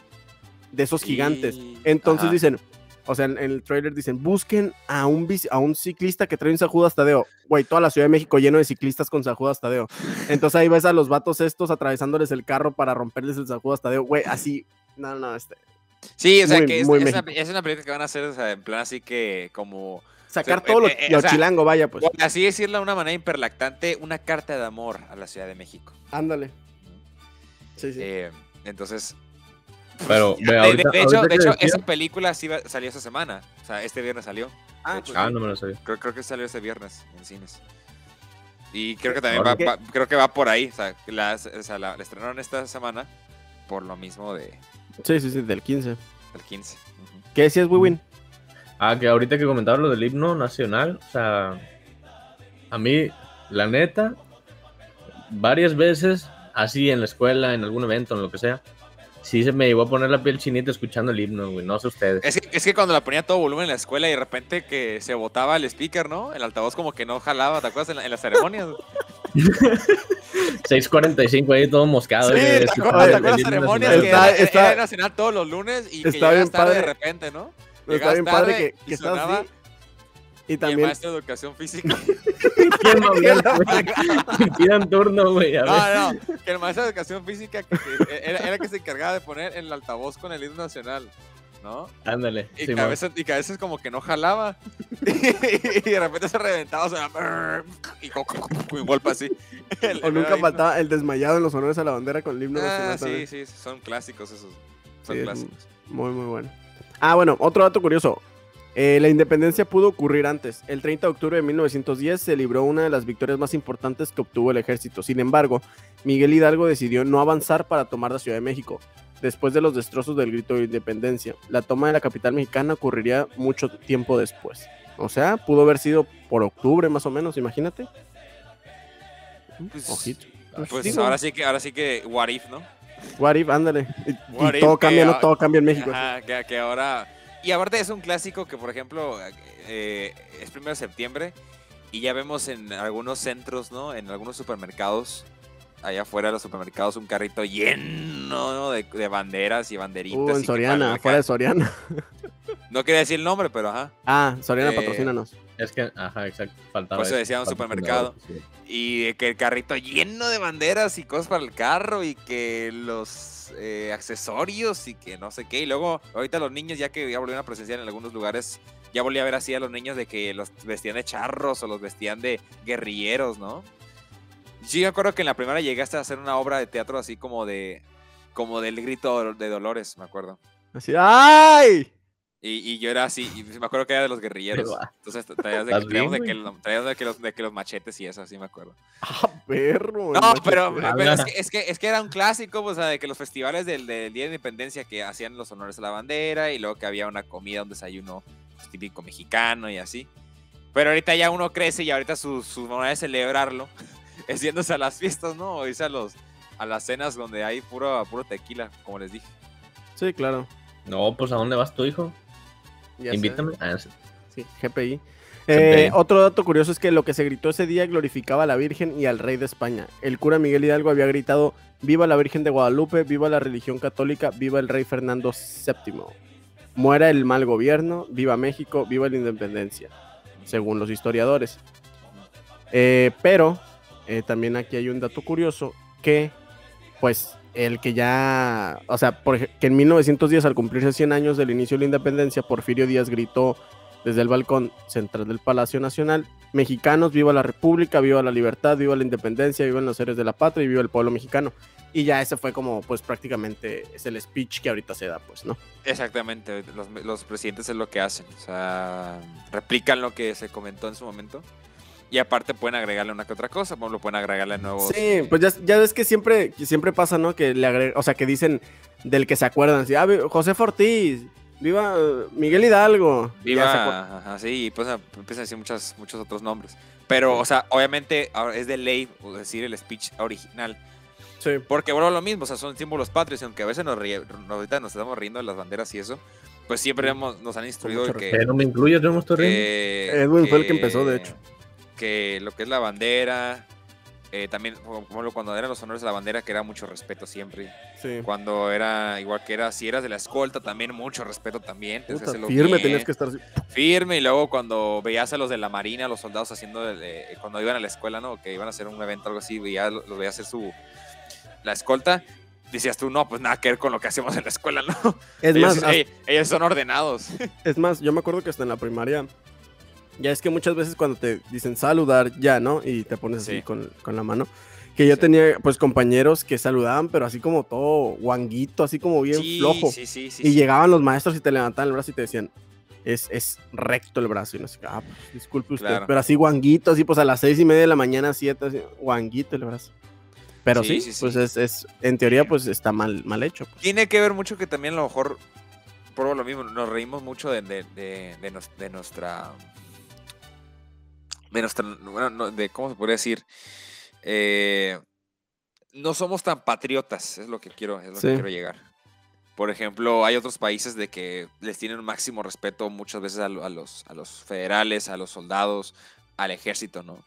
[SPEAKER 1] de esos gigantes. Entonces
[SPEAKER 2] Ajá.
[SPEAKER 1] dicen, o sea, en, en el trailer dicen, busquen a un, bici- a un ciclista que trae un San Judas Tadeo. Güey, toda la Ciudad de México lleno de ciclistas con San Judas Tadeo. Entonces ahí ves a los vatos estos atravesándoles el carro para romperles el San Judas Tadeo. Güey, así, no, no, este,
[SPEAKER 2] Sí, o sea
[SPEAKER 1] Muy-
[SPEAKER 2] que es,
[SPEAKER 1] muy
[SPEAKER 2] es una, es una película que van a hacer o sea, en plan así que como,
[SPEAKER 1] sacar
[SPEAKER 2] Sí,
[SPEAKER 1] todo lo,
[SPEAKER 2] eh, eh,
[SPEAKER 1] lo
[SPEAKER 2] o sea,
[SPEAKER 1] chilango, vaya, pues.
[SPEAKER 2] por así decirlo de una manera imperlactante, una carta de amor a la Ciudad de México.
[SPEAKER 1] Ándale. Sí, sí.
[SPEAKER 2] Eh, entonces,
[SPEAKER 3] Pero,
[SPEAKER 2] de,
[SPEAKER 3] ve,
[SPEAKER 2] de-
[SPEAKER 3] Eh, ahorita-
[SPEAKER 2] de hecho,
[SPEAKER 3] ahorita
[SPEAKER 2] de
[SPEAKER 3] que
[SPEAKER 2] hecho
[SPEAKER 3] decías-
[SPEAKER 2] esa película sí va- salió esta semana, o sea, este viernes salió.
[SPEAKER 1] Ah,
[SPEAKER 2] de hecho.
[SPEAKER 1] pues,
[SPEAKER 3] Ah, no me lo sabía.
[SPEAKER 2] Creo, creo que salió este viernes en cines. Y creo que también va,
[SPEAKER 1] Órale.
[SPEAKER 2] va- creo que va por ahí. O sea, la, o sea, la- la estrenaron esta semana por lo mismo de,
[SPEAKER 1] sí, sí, sí, del 15.
[SPEAKER 2] del 15. Ujú.
[SPEAKER 1] ¿Qué decías, Wiwin?
[SPEAKER 3] Ah, que ahorita que comentaba lo del himno nacional, o sea, a mí, la neta, varias veces, así en la escuela, en algún evento, en lo que sea, sí se me llegó a poner la piel chinita escuchando el himno, güey, no sé ustedes.
[SPEAKER 1] Eh.
[SPEAKER 2] Es que, es que cuando la ponía a todo volumen en la escuela y de repente que se botaba el speaker, ¿no? El altavoz como que no jalaba, ¿te acuerdas? En, la- en las ceremonias.
[SPEAKER 3] 6.45 ahí todo moscado.
[SPEAKER 1] Sí,
[SPEAKER 3] güey,
[SPEAKER 1] ¿te
[SPEAKER 3] escuchando
[SPEAKER 1] acuerdas- te
[SPEAKER 3] el
[SPEAKER 1] acuerdas
[SPEAKER 3] himno
[SPEAKER 1] ceremonias
[SPEAKER 3] nacional.
[SPEAKER 1] que Está-
[SPEAKER 2] era,
[SPEAKER 1] está-
[SPEAKER 2] era el nacional todos los lunes y que
[SPEAKER 1] está
[SPEAKER 2] llegabas
[SPEAKER 1] bien
[SPEAKER 2] tarde de
[SPEAKER 1] padre.
[SPEAKER 2] repente, ¿no?
[SPEAKER 1] Está
[SPEAKER 2] Llegabas
[SPEAKER 1] bien padre
[SPEAKER 2] tarde
[SPEAKER 1] que,
[SPEAKER 2] y
[SPEAKER 1] que estás
[SPEAKER 2] sonaba
[SPEAKER 1] así. Y
[SPEAKER 2] Y el
[SPEAKER 1] también.
[SPEAKER 2] maestro de educación física.
[SPEAKER 3] ¿Quién va a hablar, güey? Pidan turno, güey, a ver.
[SPEAKER 2] No, no, que el maestro de educación física que, que era, era el que se encargaba de poner el altavoz con el himno nacional, ¿no?
[SPEAKER 1] eh,
[SPEAKER 3] Ándale.
[SPEAKER 2] Y, que a
[SPEAKER 3] Simón.
[SPEAKER 2] veces, y que a veces como que no jalaba. y de repente se reventaba, o sea, y como- y un golpe así. El-
[SPEAKER 1] O
[SPEAKER 2] el
[SPEAKER 1] nunca
[SPEAKER 2] himno.
[SPEAKER 1] faltaba el desmayado en los honores a la bandera con el himno
[SPEAKER 2] Ah,
[SPEAKER 1] nacional
[SPEAKER 2] sí,
[SPEAKER 1] también.
[SPEAKER 2] sí, son clásicos esos. Son
[SPEAKER 1] Sí, mm. es
[SPEAKER 2] clásicos.
[SPEAKER 1] Muy, muy bueno. Ah, bueno, otro dato curioso. Eh, la independencia pudo ocurrir antes. El 30 de octubre de 1910 se libró una de las victorias más importantes que obtuvo el ejército. Sin embargo, Miguel Hidalgo decidió no avanzar para tomar la Ciudad de México. Después de los destrozos del grito de independencia, la toma de la capital mexicana ocurriría mucho tiempo después. O sea, pudo haber sido por octubre más o menos, imagínate.
[SPEAKER 2] Pues,
[SPEAKER 1] Ojito.
[SPEAKER 2] Pues
[SPEAKER 1] Digo,
[SPEAKER 2] ahora sí que, ahora sí que what if, ¿no?
[SPEAKER 1] What if, ándale. Y, y
[SPEAKER 2] What if eh, ah,
[SPEAKER 1] todo
[SPEAKER 2] que
[SPEAKER 1] cambia, ¿no?
[SPEAKER 2] a-
[SPEAKER 1] Todo cambia en México.
[SPEAKER 2] Ajá, que, que ahora. Y aparte es un clásico que, por ejemplo, eh, es primero de septiembre y ya vemos en algunos centros, ¿no? En algunos supermercados, allá afuera de los supermercados, un carrito lleno ¿no? de, de banderas y banderitas.
[SPEAKER 1] Uh,
[SPEAKER 2] y
[SPEAKER 1] en
[SPEAKER 2] que
[SPEAKER 1] Soriana,
[SPEAKER 2] para-
[SPEAKER 1] afuera de Soriana.
[SPEAKER 2] No quería decir el nombre, pero ajá.
[SPEAKER 1] Ah, Soriana,
[SPEAKER 2] Eh,
[SPEAKER 1] patrocínanos.
[SPEAKER 3] Es que, ajá, exacto. Faltaba.
[SPEAKER 1] Pues
[SPEAKER 2] Por eso
[SPEAKER 3] eso,
[SPEAKER 2] decía un
[SPEAKER 3] faltaba
[SPEAKER 2] supermercado.
[SPEAKER 3] eso, sí.
[SPEAKER 2] Y de que el carrito lleno de banderas y cosas para el carro y que los eh, accesorios y que no sé qué. Y luego, ahorita los niños, ya que ya volvieron a presenciar en algunos lugares, ya volví a ver así a los niños de que los vestían de charros o los vestían de guerrilleros, ¿no? Sí, me acuerdo que en la primera llegaste a hacer una obra de teatro así como de como del grito de Dolores, me acuerdo.
[SPEAKER 1] Así, ¡ay!
[SPEAKER 2] Y, y yo era así, y me acuerdo que era de los guerrilleros.
[SPEAKER 3] va.
[SPEAKER 2] Entonces traías de,
[SPEAKER 3] Estás
[SPEAKER 2] que- traíamos de,
[SPEAKER 3] bien,
[SPEAKER 2] que, lo- traíamos de que los, de que los machetes y eso, así me acuerdo.
[SPEAKER 1] ¡Ah, perro! el
[SPEAKER 2] No,
[SPEAKER 1] macho
[SPEAKER 2] pero,
[SPEAKER 1] perro.
[SPEAKER 2] pero es, que, es, que, es que era un clásico, pues, o sea, de que los festivales del, del Día de Independencia que hacían los honores a la bandera y luego que había una comida, un desayuno pues, típico mexicano y así. Pero ahorita ya uno crece y ahorita su, su manera de celebrarlo es yéndose a las fiestas, ¿no? O irse a, los, a las cenas donde hay puro, puro tequila, como les dije.
[SPEAKER 1] Sí, claro.
[SPEAKER 3] No, pues ¿a dónde vas tú, hijo?
[SPEAKER 1] ya sé.
[SPEAKER 3] Invítame. Ah, no sé.
[SPEAKER 1] Sí, GPI. Eh,
[SPEAKER 3] GPI.
[SPEAKER 1] otro dato curioso es que lo que se gritó ese día glorificaba a la Virgen y al Rey de España. El cura Miguel Hidalgo había gritado: Viva la Virgen de Guadalupe, viva la religión católica, viva el Rey Fernando VII. Muera el mal gobierno, viva México, viva la independencia, según los historiadores. Eh, pero eh, también aquí hay un dato curioso que, pues, el que ya, o sea, por ej- que en 1910, al cumplirse 100 años del inicio de la independencia, Porfirio Díaz gritó desde el balcón central del Palacio Nacional, mexicanos, viva la República, viva la libertad, viva la independencia, vivan los héroes de la patria y viva el pueblo mexicano. Y ya ese fue como, pues, prácticamente es el speech que ahorita se da, pues, ¿no?
[SPEAKER 2] Exactamente, los, los presidentes es lo que hacen, o sea, replican lo que se comentó en su momento. Y aparte pueden agregarle una que otra cosa, por ejemplo, pueden agregarle nuevos...
[SPEAKER 1] Sí, pues ya, ya ves que siempre, que siempre pasa, ¿no? Que le agre- o sea, que dicen del que se acuerdan, así, ah, vi- José Ortiz, Viva eh, Miguel Hidalgo. Y ya se
[SPEAKER 2] Viva,
[SPEAKER 1] acuer-
[SPEAKER 2] ajá, sí, y pues ah, empiezan a decir muchas, muchos otros nombres. Pero, o sea, obviamente ahora es de ley decir el speech original.
[SPEAKER 1] Sí.
[SPEAKER 2] Porque, bueno, lo mismo, o sea, son símbolos patrios, y aunque a veces nos, rie- nos- ahorita nos estamos riendo de las banderas y eso, pues siempre hemos- nos han instruido
[SPEAKER 1] mucho
[SPEAKER 2] que...
[SPEAKER 3] Pero me incluyo, yo Eh, no me estoy
[SPEAKER 1] Eh,
[SPEAKER 3] riendo.
[SPEAKER 2] que-
[SPEAKER 1] Edwin fue el que empezó, de hecho.
[SPEAKER 2] Que lo que es la bandera, eh, también, como como cuando eran los honores de la bandera, que era mucho respeto siempre.
[SPEAKER 1] sí.
[SPEAKER 2] Cuando era, igual que era, si eras de la escolta, también mucho respeto también. tenías que
[SPEAKER 1] Puta,
[SPEAKER 2] hacerlo
[SPEAKER 1] firme
[SPEAKER 2] bien,
[SPEAKER 1] tenías que estar. así.
[SPEAKER 2] Firme, y luego cuando veías a los de la marina, a los soldados haciendo, el, eh, cuando iban a la escuela, ¿no? Que iban a hacer un evento o algo así, veías, los veías hacer su, la escolta. Decías tú, no, pues nada que ver con lo que hacemos en la escuela, ¿no?
[SPEAKER 1] Es
[SPEAKER 2] ellos,
[SPEAKER 1] más, hasta-
[SPEAKER 2] eh, ellos son ordenados.
[SPEAKER 1] Es más, yo me acuerdo que hasta en la primaria, ya es que muchas veces cuando te dicen saludar ya, ¿no? Y te pones así
[SPEAKER 2] Sí.
[SPEAKER 1] con, con la mano. Que yo
[SPEAKER 2] Sí.
[SPEAKER 1] tenía, pues, compañeros que saludaban, pero así como todo guanguito, así como bien
[SPEAKER 2] Sí,
[SPEAKER 1] flojo.
[SPEAKER 2] sí, sí, sí,
[SPEAKER 1] y
[SPEAKER 2] sí.
[SPEAKER 1] llegaban los maestros y te levantaban el brazo y te decían, es, es recto el brazo. Y no sé, qué, ah, pues, disculpe usted,
[SPEAKER 2] Claro.
[SPEAKER 1] pero así guanguito, así pues a las seis y media de la mañana, siete, así, guanguito el brazo. Pero sí,
[SPEAKER 2] Sí, sí, sí.
[SPEAKER 1] pues es, es, en teoría,
[SPEAKER 2] Sí.
[SPEAKER 1] pues está mal, mal hecho. pues.
[SPEAKER 2] Tiene que ver mucho que también a lo mejor, por lo mismo, nos reímos mucho de, de, de, de nos- de nuestra... De nuestra... Bueno, no, de, ¿cómo se podría decir? Eh, no somos tan patriotas, es lo que quiero, es lo
[SPEAKER 1] Sí.
[SPEAKER 2] que quiero llegar. Por ejemplo, hay otros países de que les tienen un máximo respeto muchas veces a, lo- a los, a los federales, a los soldados, al ejército, ¿no?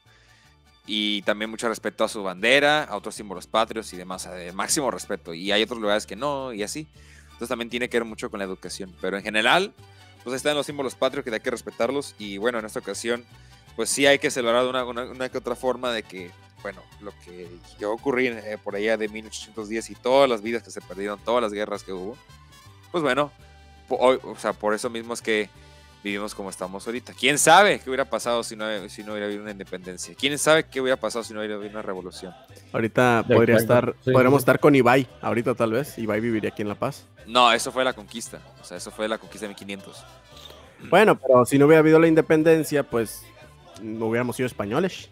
[SPEAKER 2] Y también mucho respeto a su bandera, a otros símbolos patrios y demás, eh, máximo respeto. Y hay otros lugares que no, y así. Entonces también tiene que ver mucho con la educación. Pero en general, pues ahí están los símbolos patrios que hay que respetarlos. Y bueno, en esta ocasión, pues sí hay que celebrar de una, una- una que otra forma de que, bueno, lo que llegó a ocurrir eh, por allá de 1810 y todas las vidas que se perdieron, todas las guerras que hubo, pues bueno, po- hoy, o sea, por eso mismo es que vivimos como estamos ahorita. ¿Quién sabe qué hubiera pasado si no, si no hubiera habido una independencia? ¿Quién sabe qué hubiera pasado si no hubiera habido una revolución?
[SPEAKER 1] Ahorita
[SPEAKER 3] De
[SPEAKER 1] podría
[SPEAKER 3] acuerdo,
[SPEAKER 1] estar,
[SPEAKER 3] sí,
[SPEAKER 1] podríamos
[SPEAKER 3] sí.
[SPEAKER 1] estar con Ibai, ahorita tal vez. Ibai viviría aquí en La Paz.
[SPEAKER 2] No, eso fue la conquista. O sea, eso fue la conquista de 1500.
[SPEAKER 1] Bueno, pero si no hubiera habido la independencia, pues no hubiéramos sido españoles.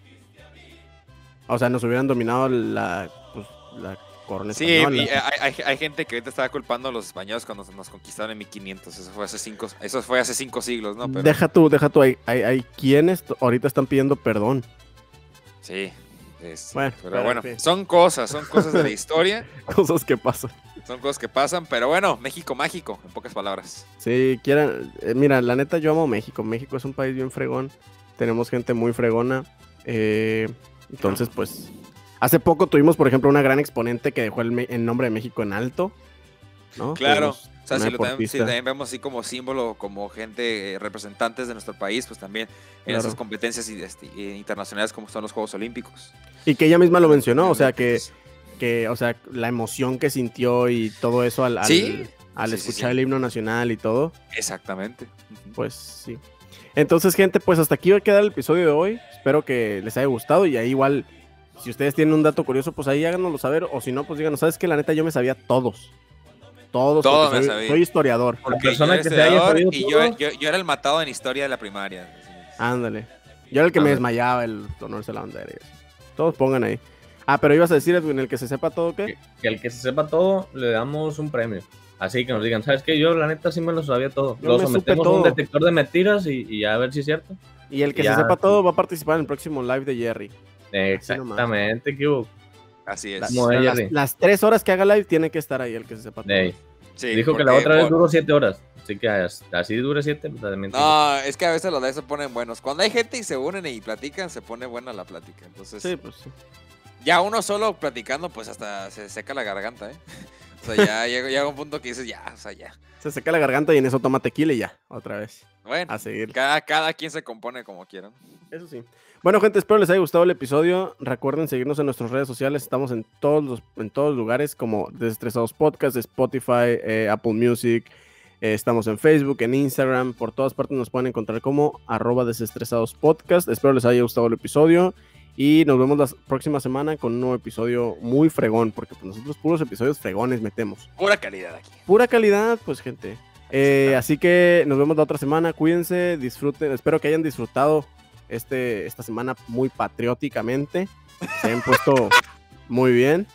[SPEAKER 1] O sea, nos hubieran dominado la, pues, la corona
[SPEAKER 2] Sí,
[SPEAKER 1] española.
[SPEAKER 2] y eh, hay, hay- hay gente que ahorita estaba culpando a los españoles cuando nos conquistaron en 1500. Eso fue hace cinco, eso fue hace cinco siglos, ¿no? Pero,
[SPEAKER 1] Deja tú, deja tú. Hay, hay, hay quienes t- ahorita están pidiendo perdón.
[SPEAKER 2] Sí. es-
[SPEAKER 1] Bueno,
[SPEAKER 2] pero
[SPEAKER 1] pero
[SPEAKER 2] bueno,
[SPEAKER 1] en fin.
[SPEAKER 2] son cosas, son cosas de la historia,
[SPEAKER 1] Cosas que pasan.
[SPEAKER 2] son cosas que pasan, pero bueno, México mágico, en pocas palabras.
[SPEAKER 1] Sí, quieran. eh, mira, la neta, yo amo México. México es un país bien fregón. Tenemos gente muy fregona. eh, entonces, pues. Hace poco tuvimos, por ejemplo, una gran exponente que dejó el, me- el nombre de México en alto. pues, ¿no?
[SPEAKER 2] Claro,
[SPEAKER 1] Tuvimos
[SPEAKER 2] o sea,
[SPEAKER 1] una
[SPEAKER 2] si, lo también, si
[SPEAKER 1] deportista.
[SPEAKER 2] también vemos así como símbolo, como gente, eh, representantes de nuestro país, pues también en
[SPEAKER 1] Claro.
[SPEAKER 2] esas competencias y- este, eh, internacionales como son los Juegos Olímpicos.
[SPEAKER 1] Y que ella misma lo mencionó, o sea, que,
[SPEAKER 2] Entonces,
[SPEAKER 1] que o sea, la emoción que sintió y todo eso al, al,
[SPEAKER 2] Sí,
[SPEAKER 1] al
[SPEAKER 2] sí, sí,
[SPEAKER 1] escuchar
[SPEAKER 2] sí.
[SPEAKER 1] el himno nacional y todo,
[SPEAKER 2] Exactamente. Ujú.
[SPEAKER 1] pues sí. Entonces, gente, pues hasta aquí va a quedar el episodio de hoy. Espero que les haya gustado y ahí igual, si ustedes tienen un dato curioso, pues ahí háganoslo saber o si no, pues díganos, ¿sabes que La neta yo me sabía todos. Todos,
[SPEAKER 2] Todo
[SPEAKER 1] porque
[SPEAKER 2] me
[SPEAKER 1] soy,
[SPEAKER 2] sabía.
[SPEAKER 1] soy historiador.
[SPEAKER 3] La
[SPEAKER 2] Ok, yo
[SPEAKER 3] persona
[SPEAKER 2] era
[SPEAKER 3] que se haya
[SPEAKER 2] historiador
[SPEAKER 3] sabido
[SPEAKER 2] y yo,
[SPEAKER 3] todo.
[SPEAKER 2] yo- yo era el matado en historia de la primaria. Así.
[SPEAKER 1] Ándale. Yo era el que
[SPEAKER 2] A
[SPEAKER 1] me
[SPEAKER 2] ver.
[SPEAKER 1] desmayaba el tonorse la bandera. y eso. Todos pongan ahí. Ah, pero ibas a decir, Edwin, el que se sepa todo, ¿qué?
[SPEAKER 3] Que al que se sepa todo, le damos un premio. Así que nos digan, ¿sabes qué? Yo la neta sí me lo sabía todo.
[SPEAKER 1] Yo
[SPEAKER 3] lo
[SPEAKER 1] me supe
[SPEAKER 3] sometemos a un
[SPEAKER 1] todo.
[SPEAKER 3] detector de mentiras y, y a ver si es cierto.
[SPEAKER 1] Y el que
[SPEAKER 3] Ya,
[SPEAKER 1] se sepa
[SPEAKER 3] sí.
[SPEAKER 1] todo va a participar en el próximo live de Jerry.
[SPEAKER 3] Exactamente, que hubo.
[SPEAKER 2] Así es.
[SPEAKER 1] Las,
[SPEAKER 3] Como de
[SPEAKER 1] las-
[SPEAKER 3] Jerry.
[SPEAKER 1] las tres horas que haga live tiene que estar ahí el que se sepa todo.
[SPEAKER 3] Ey,
[SPEAKER 2] Sí,
[SPEAKER 3] Dijo que la
[SPEAKER 2] porque,
[SPEAKER 3] otra vez
[SPEAKER 2] bueno,
[SPEAKER 3] duró siete horas. Así que as- así dure siete, pues, de mentiras.
[SPEAKER 2] No, es que a veces los lives se ponen buenos. Cuando hay gente y se unen y platican, se pone buena la plática. Entonces,
[SPEAKER 1] Sí, pues sí.
[SPEAKER 2] ya uno solo platicando, pues hasta se seca la garganta, ¿eh? O sea, ya llega, llega un punto que dices, ya, o sea, ya.
[SPEAKER 1] Se seca la garganta y en eso toma tequila y ya, otra vez.
[SPEAKER 2] Bueno,
[SPEAKER 1] A seguir.
[SPEAKER 2] cada, cada quien se compone como quieran.
[SPEAKER 1] Eso sí. Bueno, gente, espero les haya gustado el episodio. Recuerden seguirnos en nuestras redes sociales. Estamos en todos los en todos lugares como Desestresados Podcast, Spotify, eh, Apple Music. Eh, estamos en Facebook, en Instagram. Por todas partes nos pueden encontrar como arroba Desestresados Podcast. Espero les haya gustado el episodio. Y nos vemos la próxima semana con un nuevo episodio muy fregón, porque pues, nosotros puros episodios fregones metemos.
[SPEAKER 2] Pura calidad aquí.
[SPEAKER 1] Pura calidad, pues gente. Eh, así que nos vemos la otra semana. Cuídense, disfruten. Espero que hayan disfrutado este, esta semana muy patrióticamente. Se han puesto muy bien.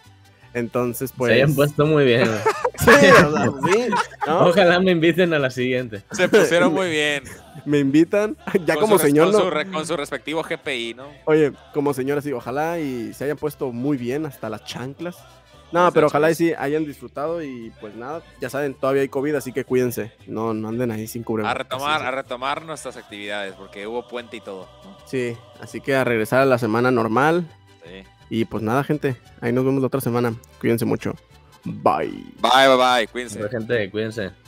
[SPEAKER 1] Entonces, pues.
[SPEAKER 2] pues.
[SPEAKER 3] Se hayan puesto muy bien. güey.
[SPEAKER 1] Sí, o sea, sí, ¿no?
[SPEAKER 3] Ojalá me inviten a la siguiente.
[SPEAKER 2] Se pusieron muy bien.
[SPEAKER 1] Me invitan, ya
[SPEAKER 2] Con
[SPEAKER 1] como
[SPEAKER 2] su res-
[SPEAKER 1] señor,
[SPEAKER 2] Con
[SPEAKER 1] no-
[SPEAKER 2] su, re- con su respectivo GPI, ¿no?
[SPEAKER 1] Oye, como señora, sí, ojalá y se hayan puesto muy bien hasta las chanclas. No,
[SPEAKER 2] Hasta
[SPEAKER 1] pero
[SPEAKER 2] las
[SPEAKER 1] ojalá y sí hayan disfrutado y pues nada, ya saben, todavía hay COVID, así que cuídense. No, no anden ahí sin cubrebocas.
[SPEAKER 2] A retomar,
[SPEAKER 1] sí,
[SPEAKER 2] a retomar nuestras actividades, porque hubo puente y todo. ¿no?
[SPEAKER 1] Sí, así que a regresar a la semana normal.
[SPEAKER 2] Sí.
[SPEAKER 1] Y pues nada, gente, ahí nos vemos la otra semana. Cuídense mucho. Bye.
[SPEAKER 2] Bye, bye, bye. Cuídense.
[SPEAKER 3] Gente, cuídense.